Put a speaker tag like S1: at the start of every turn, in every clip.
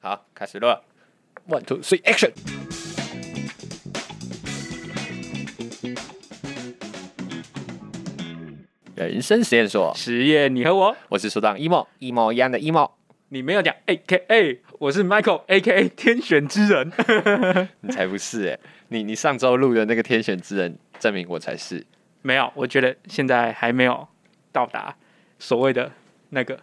S1: 好，开始了。One two three action！人生实验所，
S2: 实验你和我，
S1: 我是说当 emo 一模一样的 emo，
S2: 你没有讲 A K A，我是 Michael A K A 天选之人。
S1: 你才不是哎、你你上周录的那个天选之人，证明我才是。
S2: 没有，我觉得现在还没有到达所谓的那个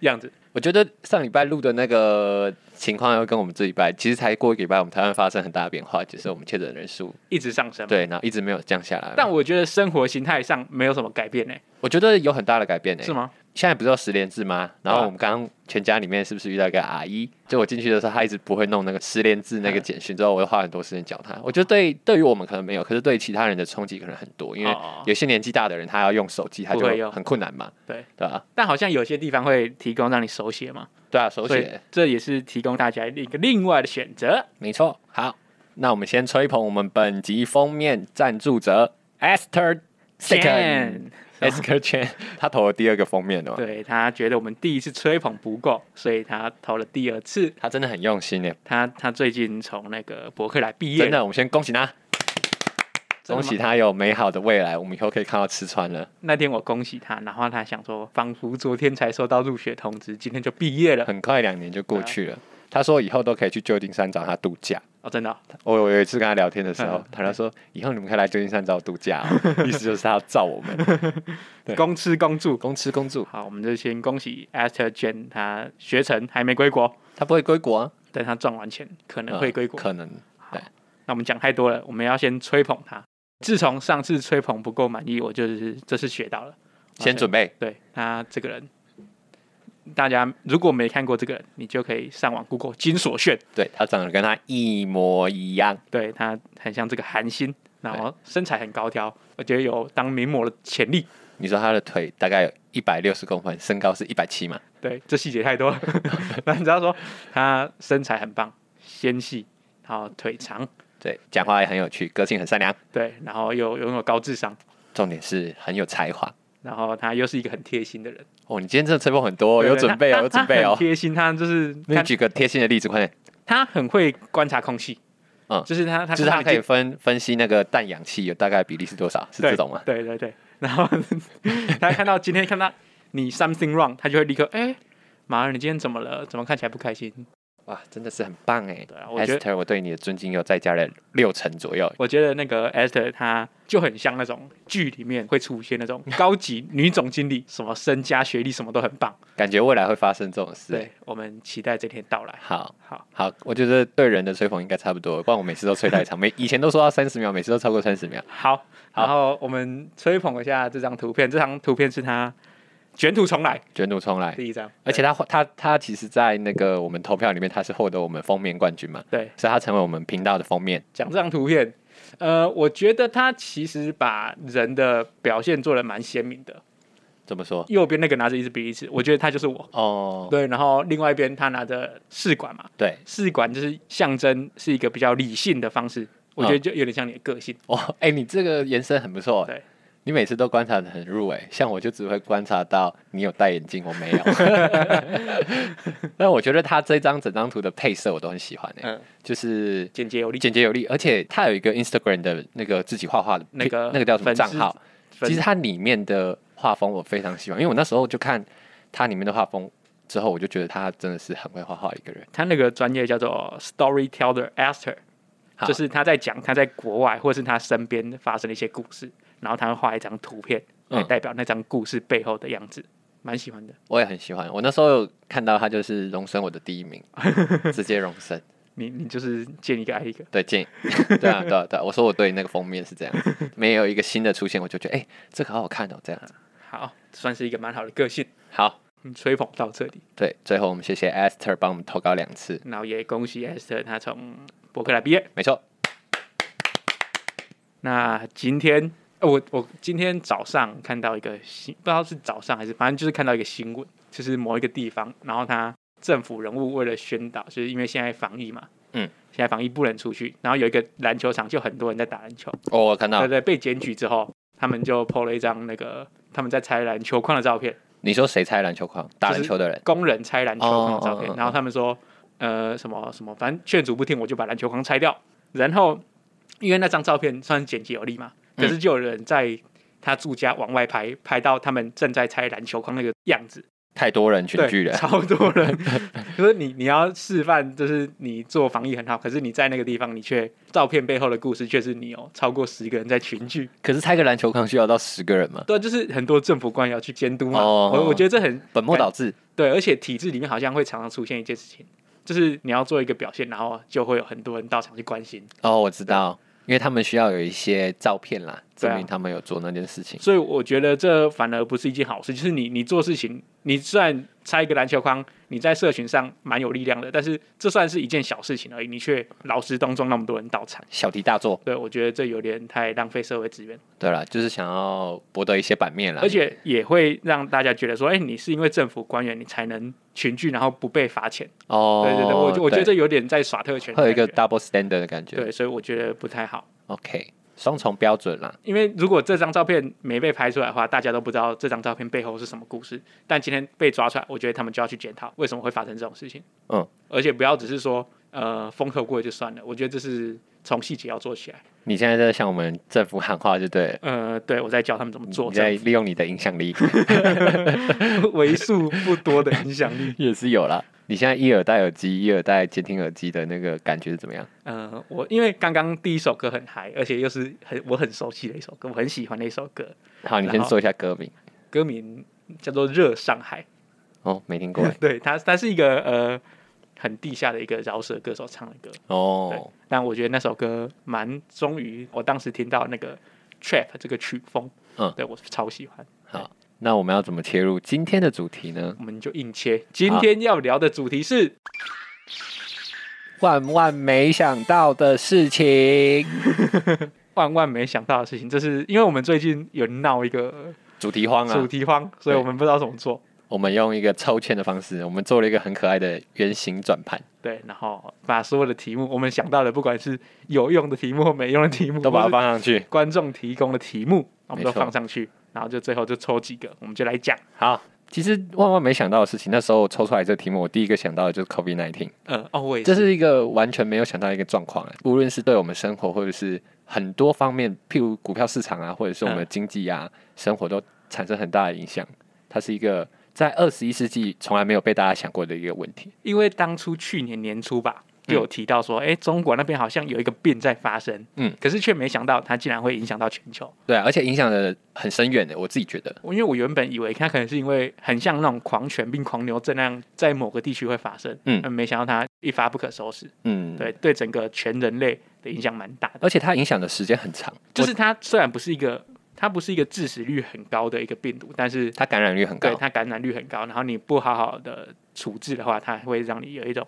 S2: 样子。
S1: 我觉得上礼拜录的那个情况，又跟我们这礼拜，其实才过一个礼拜，我们台湾发生很大的变化，就是我们确诊人数
S2: 一直上升。，
S1: 对，然后一直没有降下来。
S2: 但我觉得生活形态上没有什么改变呢、欸
S1: 我觉得有很大的改变呢、欸
S2: 是吗？
S1: 现在不是有十连制吗？然后
S2: 啊
S1: 我们刚刚全家里面是不是遇到一个阿姨？就我进去的时候，她一直不会弄那个十连制那个简讯，之后我又花很多时间教她。我觉得对对于我们可能没有，可是对其他人的冲击可能很多，因为
S2: 哦
S1: 有些年纪大的人他要用手机，他
S2: 不会
S1: 就
S2: 用
S1: 很困难嘛，
S2: 对，
S1: 对吧、
S2: 但好像有些地方会提供让你手写嘛，
S1: 对啊，手
S2: 所以
S1: 写
S2: 这也是提供大家一个另外的选择。
S1: 没错。好，那我们先吹捧我们本集封面赞助者 Esther Chen。
S2: Jan
S1: Esther Chen，他投了第二个封面哦，
S2: 对他觉得我们第一次吹捧不够，所以他投了第二次。
S1: 他真的很用心耶，
S2: 他他最近从那个伯克莱毕业了，
S1: 真的，我们先恭喜他。
S2: 真的
S1: 恭
S2: 吗
S1: 喜他有美好的未来，我们以后可以看到吃穿了，
S2: 那天我恭喜他，然后他想说，仿佛昨天才收到入学通知，今天就毕业了。
S1: 很快两年就过去了。他说以后都可以去旧金山找他度假。
S2: 哦，真的哦、
S1: 我我有一次跟他聊天的时 候
S2: 嗯，
S1: 他就说以后你们可以来旧金山找我度假 哦、意思就是他要照我们，对
S2: 公吃公住。
S1: 公吃公住。
S2: 好，我们就先恭喜 Esther Jen，他学成还没归国，
S1: 他不会归国啊，
S2: 但他赚完钱可能会归
S1: 嗯
S2: 国。
S1: 可能
S2: 那我们讲太多了，我们要先吹捧他。自从上次吹捧不够满意，我就是这次学到了。
S1: 啊先准备。
S2: 对他这个人，大家如果没看过这个人，你就可以上网 Google 金所炫，
S1: 对他长得跟他一模一样，
S2: 对他很像这个韩星，然后身材很高挑，我觉得有当名模的潜力。
S1: 你说他的腿大概有一百六十公分，身高是一百七嘛？
S2: 对，这细节太多了。 那你知道说他身材很棒，纤细，然后腿长，
S1: 对，讲话也很有趣，个性很善良，
S2: 对，然后又拥有高智商，
S1: 重点是很有才华。
S2: 然后他又是一个很贴心的人。
S1: 哦，你今天真的吹风很多，
S2: 对
S1: 有
S2: 对
S1: 准备
S2: 他
S1: 哦，有
S2: 他
S1: 准备
S2: 他
S1: 哦
S2: 很。贴心，他就是
S1: 那
S2: 他
S1: 你举个贴心的例子，快点，
S2: 他很会观察空气，
S1: 嗯
S2: 就是他他
S1: 就是他可以
S2: 进
S1: 分分析那个氮氧气有大概比例是多少，是
S2: 对
S1: 这种吗？
S2: 对对对，然后 他看到今天看到你 something wrong，他就会立刻哎。马儿，你今天怎么了？怎么看起来不开心？
S1: 哇，真的是很棒哎
S2: 对啊，我觉得
S1: ，Esther，我对你的尊敬又再加了六成左右。
S2: 我觉得那个 Esther 她就很像那种剧里面会出现那 种高级女总经理，什么身家学历什么都很棒。
S1: 感觉未来会发生这种事。
S2: 对，我们期待这天到来。
S1: 好
S2: 好，
S1: 好，我觉得对人的吹捧应该差不多，不然我每次都吹太长，每以前都说到三十秒，每次都超过三十秒。
S2: 好，然后我们吹捧一下这张图片，这张图片是她卷土重来
S1: 卷土重来，
S2: 第一张，
S1: 而且他他他其实，在那个我们投票里面，他是获得我们封面冠军嘛，
S2: 对，
S1: 所以他成为我们频道的封面。
S2: 讲这张图片，呃，我觉得她其实把人的表现做的蛮鲜明的。
S1: 怎么说？
S2: 右边那个拿着一支比利尺，我觉得他就是我。
S1: 哦，
S2: 对，然后另外一边他拿着试管嘛，
S1: 对，
S2: 试管就是象征是一个比较理性的方式，我
S1: 嗯
S2: 觉得就有点像你的个性。
S1: 哦，哎、你这个延伸很不错，
S2: 对，
S1: 你每次都观察的很入微，像我就只会观察到你有戴眼镜，我没有。 但我觉得他这张整张图的配色我都很喜欢、欸，
S2: 嗯，
S1: 就是
S2: 简洁有力。
S1: 简洁有力，而且他有一个 Instagram 的那个自己画画的
S2: 那个
S1: 那个叫什么
S2: 粉丝
S1: 账号，其实它里面的画风我非常喜欢，因为我那时候就看它里面的画风之后，我就觉得他真的是很会画画的一个人。
S2: 他那个专业叫做 storyteller Esther，
S1: 好
S2: 就是他在讲他在国外或是他身边发生的一些故事，然后他会画一张图片来
S1: 嗯
S2: 代表那张故事背后的样子，蛮喜欢的。
S1: 我也很喜欢，我那时候有看到他就是荣升我的第一 名，直接荣升。
S2: 你你就是见一个爱一个，
S1: 对，建议对啊，对啊，对啊，我说我对那个封面是这样，没有一个新的出现，我就觉得哎、这个好好看哦，这样子。
S2: 好，算是一个蛮好的个性。
S1: 好，
S2: 嗯吹捧到这里，
S1: 对，最后我们谢谢 Esther 帮我们投稿两次，
S2: 然后也恭喜 Esther 他从伯克莱毕业。
S1: 没错，
S2: 那今天，呃我我今天早上看到一个新，不知道是早上还是，反正就是看到一个新闻，就是某一个地方，然后他政府人物为了宣导，就是因为现在防疫嘛，
S1: 嗯，
S2: 现在防疫不能出去，然后有一个篮球场就很多人在打篮球，
S1: 哦，我看到
S2: 对对，被检举之后，他们就 PO 了一张那个他们在拆篮球框的照片，
S1: 你说谁拆篮球框？打篮球的人。
S2: 工人拆篮球框的照
S1: 哦
S2: 片，
S1: 哦哦哦
S2: 然后他们说。呃什么什么，反正劝阻不听，我就把篮球框拆掉。然后因为那张照片算是剪辑有力嘛，
S1: 嗯
S2: 可是就有人在他住家往外拍，拍到他们正在拆篮球框那个样子，
S1: 太多人群
S2: 对，
S1: 聚了，
S2: 超多人。 就是你你要示范，就是你做防疫很好，可是你在那个地方，你却照片背后的故事却是你有超过十个人在群聚。
S1: 可是拆个篮球框需要到十个人嘛，
S2: 对，啊就是很多政府官要去监督嘛。
S1: 哦
S2: 我我觉得这很
S1: 本末倒置。
S2: 对，而且体制里面好像会常常出现一件事情，就是你要做一个表现，然后就会有很多人到场去关心。
S1: 哦，我知道，因为他们需要有一些照片啦，
S2: 对啊
S1: 证明他们有做那件事情。
S2: 所以我觉得这反而不是一件好事。就是你你做事情，你虽然拆一个篮球框，你在社群上蛮有力量的，但是这算是一件小事情而已，你却劳师动众那么多人到场。
S1: 小题大做，
S2: 对，我觉得这有点太浪费社会资源，
S1: 对了，就是想要博得一些版面啦。
S2: 而且也会让大家觉得说，哎、你是因为政府官员你才能群聚，然后不被罚钱。
S1: 哦，
S2: 对对对，我我觉得这
S1: 对
S2: 有点在耍特权的感觉。
S1: 会有一个 double standard 的感觉。
S2: 对，所以我觉得不太好。
S1: OK，双重标准啦。
S2: 因为如果这张照片没被拍出来的话，大家都不知道这张照片背后是什么故事。但今天被抓出来，我觉得他们就要去检讨为什么会发生这种事情。
S1: 嗯，
S2: 而且不要只是说呃风头过了就算了，我觉得这是从细节要做起来。
S1: 你现在在向我们政府喊话就对了，
S2: 呃，对我在教他们怎么做
S1: 你在
S2: 这
S1: 利用你的影响 力
S2: 样为数不多的影响力。
S1: 也是有啦。你现在一耳戴耳机，一耳戴监听耳机的那个感觉是怎么样？
S2: 呃，我因为刚刚第一首歌很嗨，而且又是很我很熟悉的一首歌，我很喜欢的一首歌，
S1: 好，你
S2: 然
S1: 先
S2: 后
S1: 说一下歌名。
S2: 歌名叫做《热上海》。
S1: 哦，没 听过欸
S2: 对，他他是一个呃很地下的一个饶舌歌手唱的歌。
S1: 哦，
S2: 但我觉得那首歌蛮忠于我当时听到那个 trap 这个曲风，
S1: 嗯
S2: 对我超喜欢。
S1: 那我们要怎么切入今天的主题呢？
S2: 我们就硬切，今天要聊的主题是
S1: 万万没想到的事情，
S2: 万万没想到的事情，这是因为我们最近有闹一个
S1: 主题荒
S2: 主
S1: 啊！
S2: 题荒，所以我们不知道怎么做。
S1: 我们用一个抽签的方式，我们做了一个很可爱的圆形转盘，
S2: 对，然后把所有的题目，我们想到的，不管是有用的题目、没用的题目，
S1: 都把它
S2: 或是
S1: 放上去。
S2: 观众提供的题目，我们都
S1: 没错
S2: 放上去，然后就最后就抽几个，我们就来讲。
S1: 好，其实万万没想到的事情，那时候我抽出来这个题目，我第一个想到的就是 COVID nineteen，
S2: 呃，哦，我也
S1: 这
S2: 是，
S1: 是一个完全没有想到的一个状况，欸无论是对我们生活，或者是很多方面，譬如股票市场啊，或者是
S2: 嗯
S1: 我们的经济啊、生活都产生很大的影响。它是一个在二十一世纪从来没有被大家想过的一个问题。
S2: 因为当初去年年初吧，就有提到说，哎、中国那边好像有一个病在发生，
S1: 嗯，
S2: 可是却没想到它竟然会影响到全球。
S1: 对啊、而且影响的很深远的，我自己觉得。
S2: 因为我原本以为它可能是因为很像那种狂犬病、狂牛症那样，在某个地区会发生，
S1: 嗯
S2: 但没想到它一发不可收拾，
S1: 嗯，
S2: 对，对整个全人类的影响蛮大的。
S1: 而且它影响的时间很长，
S2: 就
S1: 我
S2: 是它虽然不是一个，它不是一个致死率很高的一个病毒，但是
S1: 它感染率很
S2: 对
S1: 高。
S2: 它感染率很高，然后你不好好的处置的话，它会让你有一种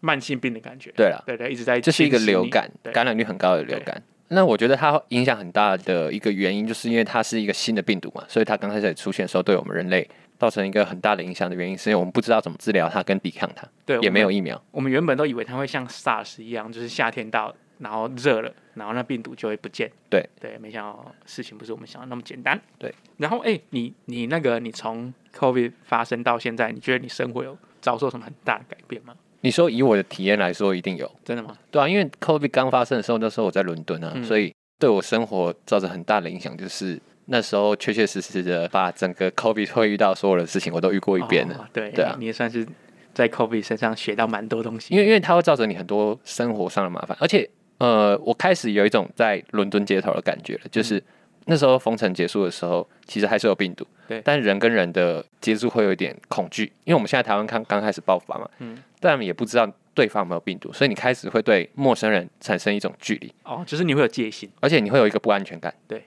S2: 慢性病的感觉。
S1: 对了，
S2: 对对，一直在
S1: 这是一个
S2: 侵蚀
S1: 流
S2: 你
S1: 感，
S2: 对
S1: 感染率很高的流感。那我觉得它影响很大的一个原因，就是因为它是一个新的病毒嘛，所以它刚开始出现的时候，对我们人类造成一个很大的影响的原因，是因为我们不知道怎么治疗它跟抵抗它，
S2: 对，
S1: 也没
S2: 我们
S1: 有疫苗。
S2: 我们原本都以为它会像 SARS 一样，就是夏天到，然后热了，然后那病毒就会不见。
S1: 对
S2: 对，没想到事情不是我们想的那么简单。
S1: 对，
S2: 然后哎、你你那个你从 COVID 发生到现在，你觉得你生活有遭受什么很大的改变吗？
S1: 你说以我的体验来说，一定有，
S2: 真的吗？
S1: 对啊，因为 COVID 刚发生的时候，那时候我在伦敦
S2: 嗯
S1: 啊，所以对我生活造成很大的影响，就是那时候确确实实的把整个 COVID 会遇到所有的事情，我都遇过一遍了。
S2: 哦对
S1: 对啊
S2: 你也算是在 COVID 身上学到蛮多东西。
S1: 因为因为它会造成你很多生活上的麻烦，而且呃，我开始有一种在伦敦街头的感觉了，就是那时候封城结束的时候，其实还是有病毒，
S2: 对
S1: 但人跟人的接触会有一点恐惧，因为我们现在台湾刚刚开始爆发嘛，
S2: 嗯
S1: 嗯，但也不知道对方有没有病毒，所以你开始会对陌生人产生一种距离，
S2: 哦，就是你会有戒心。
S1: 而且你会有一个不安全感，
S2: 对。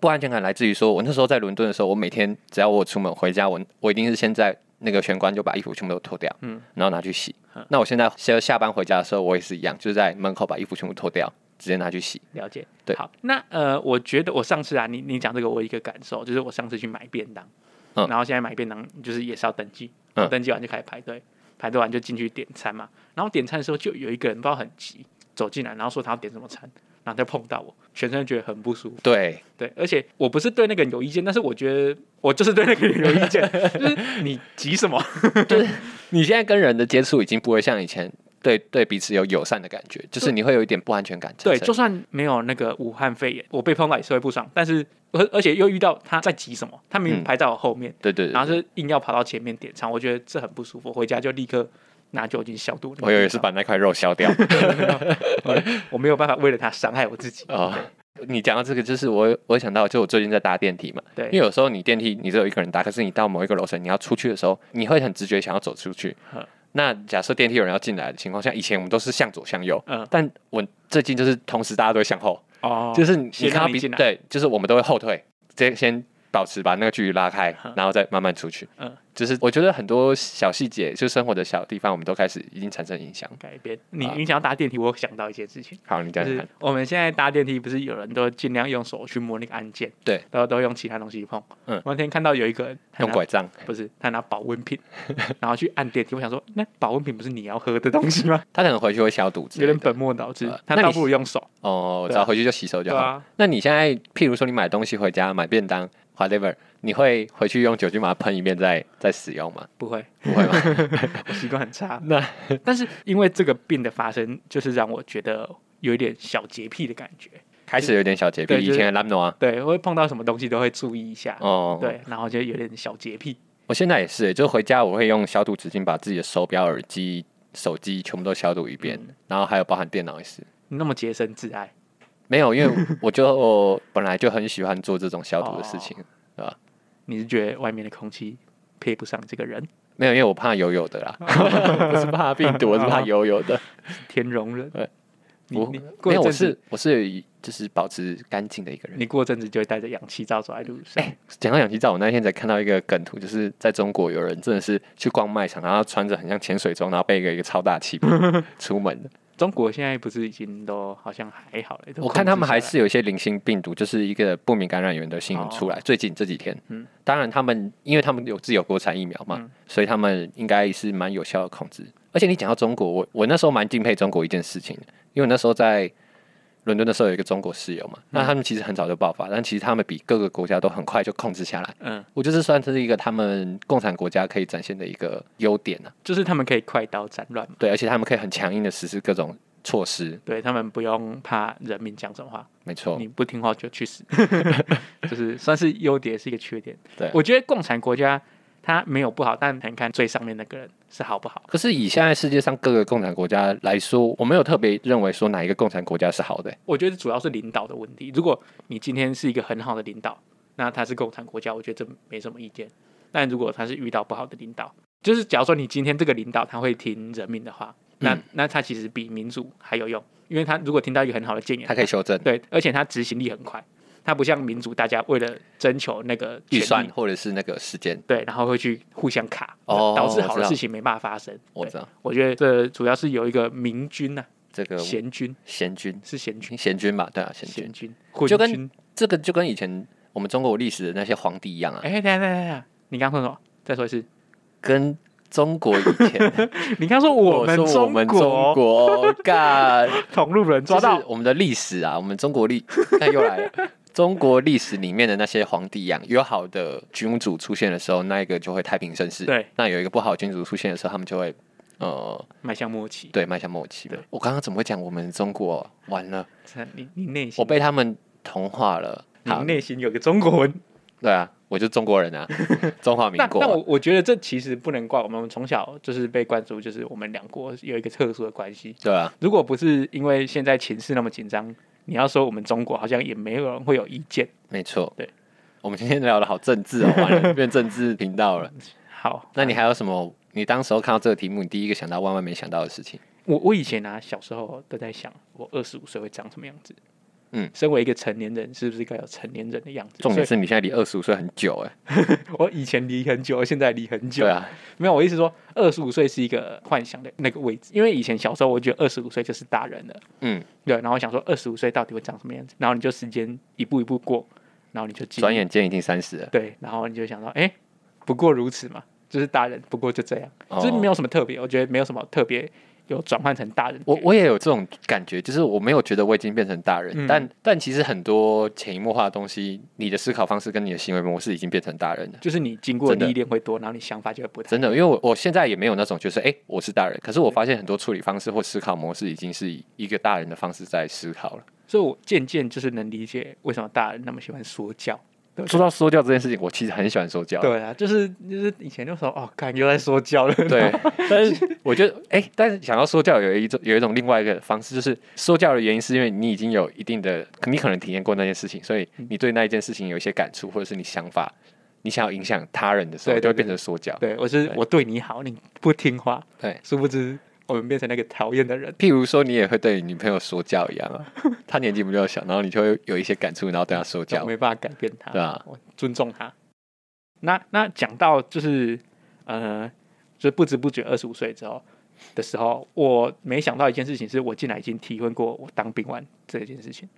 S1: 不安全感来自于说，我那时候在伦敦的时候，我每天只要我出门回家，我我一定是先在那个玄关就把衣服全部都脱掉，
S2: 嗯
S1: 嗯，然后拿去洗
S2: 嗯。
S1: 那我现在下下班回家的时候，我也是一样，就是在门口把衣服全部脱掉，直接拿去洗。
S2: 了解，
S1: 对
S2: 好，那呃，我觉得我上次啊，你你讲这个，我有一个感受就是我上次去买便当，
S1: 嗯
S2: 然后现在买便当就是也是要登记，
S1: 嗯
S2: 我登记完就开始排队，排队完就进去点餐嘛，然后点餐的时候就有一个人不知道很急走进来，然后说他要点什么餐，然后就碰到我，全身觉得很不舒服，
S1: 对，
S2: 对，而且我不是对那个 人有意见，但是我觉得我就是对那个人有意见，就是你急什么？
S1: 就是你现在跟人的接触已经不会像以前对对彼此有友善的感觉，就是你会有一点不安全感产
S2: 对，
S1: 生。
S2: 就算没有那个武汉肺炎，我被碰到也是会不爽，但是而而且又遇到他在急什么，他明明
S1: 嗯
S2: 排在我后面，
S1: 对对对
S2: 然，后是硬要跑到前面点餐，我觉得这很不舒服，回家就立刻拿酒精消毒。
S1: 我以为是把那块肉削掉
S2: 我没有办法为了他伤害我自己。
S1: 哦。你讲到这个，就是我我想到，就我最近在搭电梯嘛，
S2: 对
S1: 因为有时候你电梯你只有一个人搭，可是你到某一个楼层你要出去的时候，你会很直觉想要走出去
S2: 呵。
S1: 那假设电梯有人要进来的情况下，以前我们都是向左向右，
S2: 嗯
S1: 但我最近就是同时大家都会向后，
S2: 哦
S1: 就是你
S2: 先
S1: 看
S2: 让
S1: 到
S2: 你
S1: 彼
S2: 进来
S1: 对，就是我们都会后退，直接先保持把那个距离拉开，然后再慢慢出去。
S2: 嗯
S1: 嗯，就是我觉得很多小细节，就生活的小地方，我们都开始已经产生影响。
S2: 改变。你
S1: 啊
S2: 你想要搭电梯，我想到一件事情，
S1: 好，你
S2: 就
S1: 讲讲
S2: 是
S1: 看，
S2: 我们现在搭电梯，不是有人都尽量用手去摸那个按键，
S1: 对，
S2: 然后都用其他东西碰。
S1: 嗯
S2: 我那天看到有一个人他
S1: 用
S2: 拿
S1: 拐杖，
S2: 不是他拿保温瓶， 然后去按电梯。我想说，那保温瓶不是你要喝的东西吗？
S1: 他可能回去会消 毒之
S2: 有
S1: 类的，
S2: 点本末倒置
S1: 呃，
S2: 他
S1: 那
S2: 倒
S1: 你
S2: 不如用手。
S1: 哦，只
S2: 对啊
S1: 要回去就洗手就
S2: 对
S1: 好。
S2: 啊，
S1: 那你现在，譬如说你买东西回家买便当，whatever，你会回去用酒精把它喷一遍再再使用吗？
S2: 不会，
S1: 不会 吗？
S2: 我习惯很 差。
S1: 那
S2: 但是因为这个病的发生，就是让我觉得有一点小洁癖的感觉。
S1: 开始有点小洁癖，
S2: 对
S1: 以
S2: 就是
S1: 前 l a m n o 啊，
S2: 对，我会碰到什么东西都会注意一下。
S1: 哦，，
S2: 对，然后就有点小洁癖。
S1: 我现在也是欸，就回家我会用消毒纸巾把自己的手表、耳机、手机全部都消毒一遍，
S2: 嗯
S1: 然后还有包含电脑也是。
S2: 你那么洁身自爱，
S1: 没有，因 为我就我本来就很喜欢做这种消毒的事
S2: 哦
S1: 情，
S2: 你是觉得外面的空气配不上这个人，
S1: 没有，因为我怕油油的 啦，不是怕病毒，我是怕油油的。
S2: 天容人？
S1: 对
S2: 你
S1: 呃我
S2: 你过
S1: 没
S2: 一
S1: 有，我
S2: 阵子，
S1: 是我是以就是保持干净的一个人。
S2: 你过一阵子就会带着氧气罩走在路上。
S1: 讲到氧气罩，我那天才看到一个梗图，就是在中国有人真的是去逛卖场，然后穿着很像潜水装，然后背一个一个超大气瓶出门的。
S2: 中国现在不是已经都好像还好了？都
S1: 我看他们
S2: 控制下来
S1: 还是有一些零星病毒，就是一个不明感染源的新闻出来，最近这几天。
S2: 哦嗯
S1: 当然他们因为他们有自有国产疫苗嘛，
S2: 嗯
S1: 所以他们应该是蛮有效的控制。而且你讲到中国，我我那时候蛮敬佩中国一件事情的，因为我那时候在伦敦的时候有一个中国室友嘛，
S2: 嗯
S1: 那他们其实很早就爆发，但其实他们比各个国家都很快就控制下来。
S2: 嗯，
S1: 我觉得这算是一个他们共产国家可以展现的一个优点啊，
S2: 就是他们可以快刀斩乱麻，
S1: 对，而且他们可以很强硬的实施各种措施，
S2: 对他们不用怕人民讲什么话，
S1: 没错
S2: 你，不听话就去死， 就是算是优点是一个缺点。
S1: 对啊
S2: 我觉得共产国家它没有不好，但很看最上面那个人是好不好。
S1: 可是以现在世界上各个共产国家来说，我没有特别认为说哪一个共产国家是好的、
S2: 我觉得主要是领导的问题。如果你今天是一个很好的领导，那他是共产国家，我觉得这没什么意见。但如果他是遇到不好的领导，就是假如说你今天这个领导他会听人民的话，那、
S1: 嗯
S2: 那他其实比民主还有用，因为他如果听到一个很好的建议，
S1: 它可以修正
S2: 对，而且他执行力很快，他不像民主大家为了征求那个
S1: 预
S2: 权利
S1: 算或者是那个时间。
S2: 对，然后会去互相卡，
S1: 哦
S2: 导致
S1: 我
S2: 好
S1: 知
S2: 的
S1: 道
S2: 事情没办法发生。
S1: 我
S2: 对
S1: 知道
S2: 我觉得这主要是有一个明君呐、
S1: 这个
S2: 贤君
S1: 贤君，
S2: 是贤君，
S1: 贤君吧，对啊，贤
S2: 贤
S1: 君，
S2: 君，昏
S1: 就跟
S2: 君
S1: 这个就跟以前我们中国历史的那些皇帝一样啊，
S2: 哎、等一下等一下等一下，你刚刚说什么？再说一次。
S1: 跟中国以前
S2: 你刚刚说我们
S1: 说 我
S2: 中
S1: 们中 国干。
S2: 同路人抓
S1: 就是
S2: 到，
S1: 我们的历史啊，我们中国 历，那又来了。中国历史里面的那些皇帝一样，啊有好的君主出现的时候，那一个就会太平盛世；
S2: 对，
S1: 那有一个不好的君主出现的时候，他们就会呃，
S2: 迈向末期。
S1: 对，迈向末期嘛
S2: 对。
S1: 我刚刚怎么会讲我们中国完了？
S2: 真的你你内心，
S1: 我被他们同化了。
S2: 你
S1: 好，
S2: 内心有个中国文。
S1: 对啊，我就中国人 啊，中华民
S2: 但但
S1: 国
S2: 我。我觉得这其实不能怪我们，我们从小就是被灌输，就是我们两国有一个特殊的关系。
S1: 对啊，
S2: 如果不是因为现在情势那么紧张，你要说我们中国好像也没有人会有意见。
S1: 没错。
S2: 对，
S1: 我们今天聊的好政治哦，完 了变政治频道了。
S2: 好，
S1: 那你还有什么？你当时候看到这个题目，你第一个想到万万没想到的事情？
S2: 我我以前啊，小时候都在想，我二十五岁会长什么样子。
S1: 嗯，
S2: 身为一个成年人，是不是该有成年人的样子？
S1: 重点是你现在离二十五岁很久哎、
S2: 所以我以前离很久，现在离很久。
S1: 对啊，
S2: 没有，我意思说，二十五岁是一个幻想的那个位置，因为以前小时候我觉得二十五岁就是大人了，
S1: 嗯，
S2: 对。然后我想说，二十五岁到底会长什么样子？然后你就时间一步一步过，然后你就经历
S1: 转眼间已经三十了。
S2: 对，然后你就想到，哎，不过如此嘛，就是大人，不过就这样，
S1: 哦
S2: 就是没有什么特别，我觉得没有什么特别有转换成大人觉。
S1: 我我也有这种感觉，就是我没有觉得我已经变成大人，
S2: 嗯
S1: 但但其实很多潜移默化的东西，你的思考方式跟你的行为模式已经变成大人了。
S2: 就是你经过
S1: 真的
S2: 历练会多，然后你想法就会不太
S1: 真的，因为我我现在也没有那种就是哎、诶我是大人，可是我发现很多处理方式或思考模式已经是以一个大人的方式在思考了。
S2: 所以我渐渐就是能理解为什么大人那么喜欢说教。对
S1: 说到说教这件事情，我其实很喜欢说教。
S2: 对啊，就是就是以前就说哦，干又在说教了。
S1: 对，但是我觉得，哎、但是想要说教有一种有一种另外一个方式，就是说教的原因是因为你已经有一定的，你可能体验过那件事情，所以你对那一件事情有一些感触，或者是你想法，你想要影响他人的时候，
S2: 对
S1: 就会
S2: 对
S1: 变成说教。
S2: 对，我是
S1: 对
S2: 我对你好，你不听话，
S1: 对，
S2: 殊不知我们变成那个讨厌的人。
S1: 譬如说，你也会对你女朋友说教一样啊，她年纪比较小，然后你就会有一些感触，然后对她说
S2: 我
S1: 教。
S2: 没办法改变他，
S1: 对啊
S2: 我尊重他。那那讲到就是呃，就是不知不觉二十五岁之后的时候，我没想到一件事情，是我进来已经体会过我当兵完这件事情，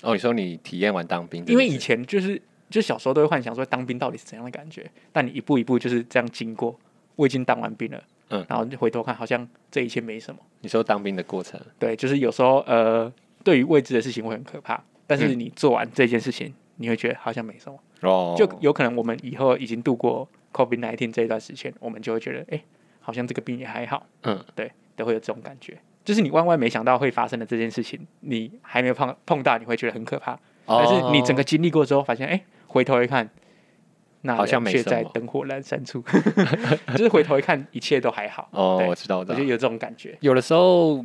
S1: 哦，你说你体验完当兵这件事，
S2: 因为以前就是就小时候都会幻想说当兵到底是怎样的感觉，但你一步一步就是这样经过，我已经当完兵了，
S1: 嗯
S2: 然后就回头看，好像这一切没什么。
S1: 你说当兵的过程，
S2: 对，就是有时候呃，对于未知的事情会很可怕，但是
S1: 嗯
S2: 你做完这件事情，你会觉得好像没什么。
S1: 哦，
S2: 就有可能我们以后已经度过 COVID 1 9这一段时间，我们就会觉得，哎、好像这个病也还好，
S1: 嗯，
S2: 对，都会有这种感觉。就是你万万没想到会发生的这件事情，你还没有碰碰到，你会觉得很可怕。
S1: 哦
S2: 但是你整个经历过之后，发现，哎、回头一看，那
S1: 好像
S2: 人
S1: 没
S2: 却
S1: 什
S2: 在
S1: 么
S2: 灯火阑珊处， 就是回头一看，一切都还好。
S1: 哦，
S2: 对
S1: 我知道，我知
S2: 我
S1: 道
S2: 就。有这种感觉，
S1: 有的时候，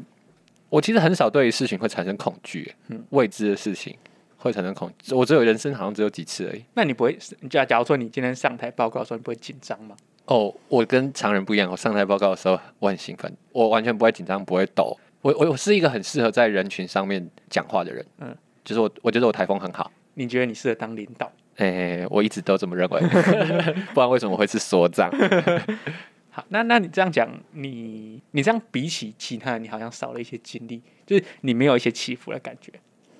S1: 我其实很少对于事情会产生恐惧，
S2: 嗯
S1: 未知的事情会产生恐惧。我只有人生好像只有几次而已。
S2: 那你不会，假假如说你今天上台报告的时候，你不会紧张吗？
S1: 哦，我跟常人不一样，我上台报告的时候我很兴奋，我完全不会紧张，不会抖。我我我是一个很适合在人群上面讲话的人，
S2: 嗯
S1: 嗯，就是我我觉得我台风很好，
S2: 你觉得你适合当领导？
S1: 诶、我一直都这么认为， 不然为什么会是所长？
S2: 好，那那你这样讲，你你这样比起其他人，你好像少了一些经历，就是你没有一些起伏的感觉。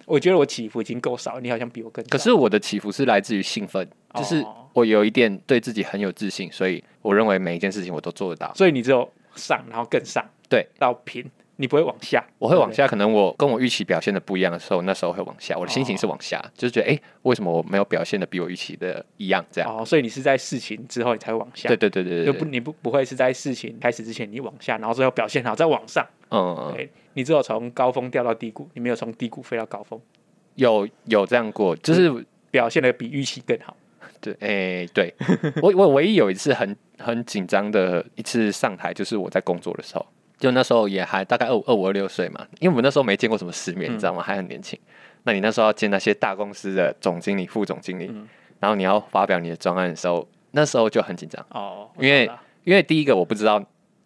S2: 我觉得我起伏已经够少了，你好像比我更少。
S1: 可是我的起伏是来自于兴奋，就是
S2: 哦
S1: 我有一点对自己很有自信，所以我认为每一件事情我都做得到。
S2: 所以你只有上，然后更上，
S1: 对，
S2: 到平，你不会往下。
S1: 我会往
S2: 对
S1: 下，可能我跟我预期表现的不一样的时候，那时候会往下，我的心情是往
S2: 哦
S1: 下，就是觉得哎、诶为什么我没有表现的比我预期的一样？这
S2: 不
S1: 样，
S2: 对。哦，所以你是在事情之后你才会往下。
S1: 对对对对嗯
S2: 就
S1: 对
S2: 不
S1: 对，
S2: 你不不会是在事情开始之前你往下，然后最后表现好再往上。
S1: 嗯，嗯嗯
S2: 对，你只有从高峰掉到低谷，你没有从低谷飞到高峰，
S1: 有有这样过，
S2: 嗯
S1: 就是
S2: 表现的比预期更好。
S1: 对，哎、对我我唯一有一次很很紧张的一次上台，就是我在工作的时候，就那时候也还大概二五二五二六岁嘛，因为我们那时候没见过什么世面，
S2: 嗯
S1: 你知道吗？还很年轻。那你那时候要见那些大公司的总经理、副总经理，
S2: 嗯
S1: 然后你要发表你的专案的时候，那时候就很紧张。
S2: 哦，我
S1: 因为
S2: 懂了
S1: 因为第一个我不知道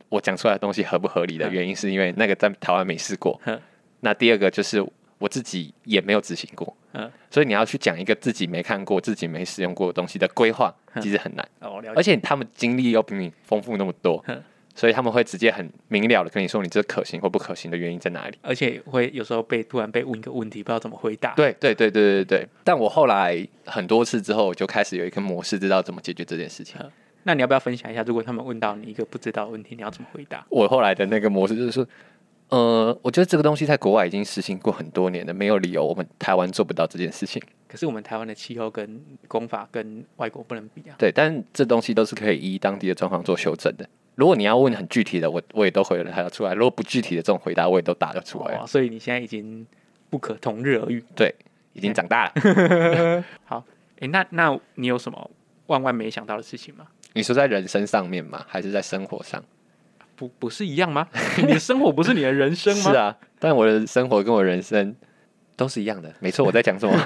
S1: 我讲出来的东西合不合理的
S2: 嗯
S1: 原因，是因为那个在台湾没试过
S2: 哼。
S1: 那第二个就是我自己也没有执行过
S2: 嗯，
S1: 所以你要去讲一个自己没看过、自己没使用过的东西的规划，其实很难。
S2: 哦，我了
S1: 而
S2: 解。嗯
S1: 且他们经历又比你丰富那么多
S2: 哼，
S1: 所以他们会直接很明了的跟你说你这可行或不可行的原因在哪里。
S2: 而且会有时候被突然被问一个问题，不知道怎么回答。
S1: 对对对对对对。但我后来很多次之后，我就开始有一个模式，知道怎么解决这件事情。
S2: 那你要不要分享一下，如果他们问到你一个不知道的问题，你要怎么回答？
S1: 我后来的那个模式就是说，呃，我觉得这个东西在国外已经实行过很多年了，没有理由我们台湾做不到这件事情。
S2: 可是我们台湾的气候跟工法跟外国不能比啊。
S1: 对，但这东西都是可以依当地的状况做修正的。如果你要问很具体的，我我也都回答得出来；如果不具体的这种回答，我也都答得出来。
S2: 哦，所以你现在已经不可同日而语。
S1: 对，已经长 大了。
S2: 诶，那那你有什么万万没想到的事情吗？
S1: 你说在人生上面吗？还是在生活上？
S2: 不不是一样吗？ 你的生活不是你的人生 吗？
S1: 是啊，但我的生活跟我人生都是一样的。没错，我在讲什么？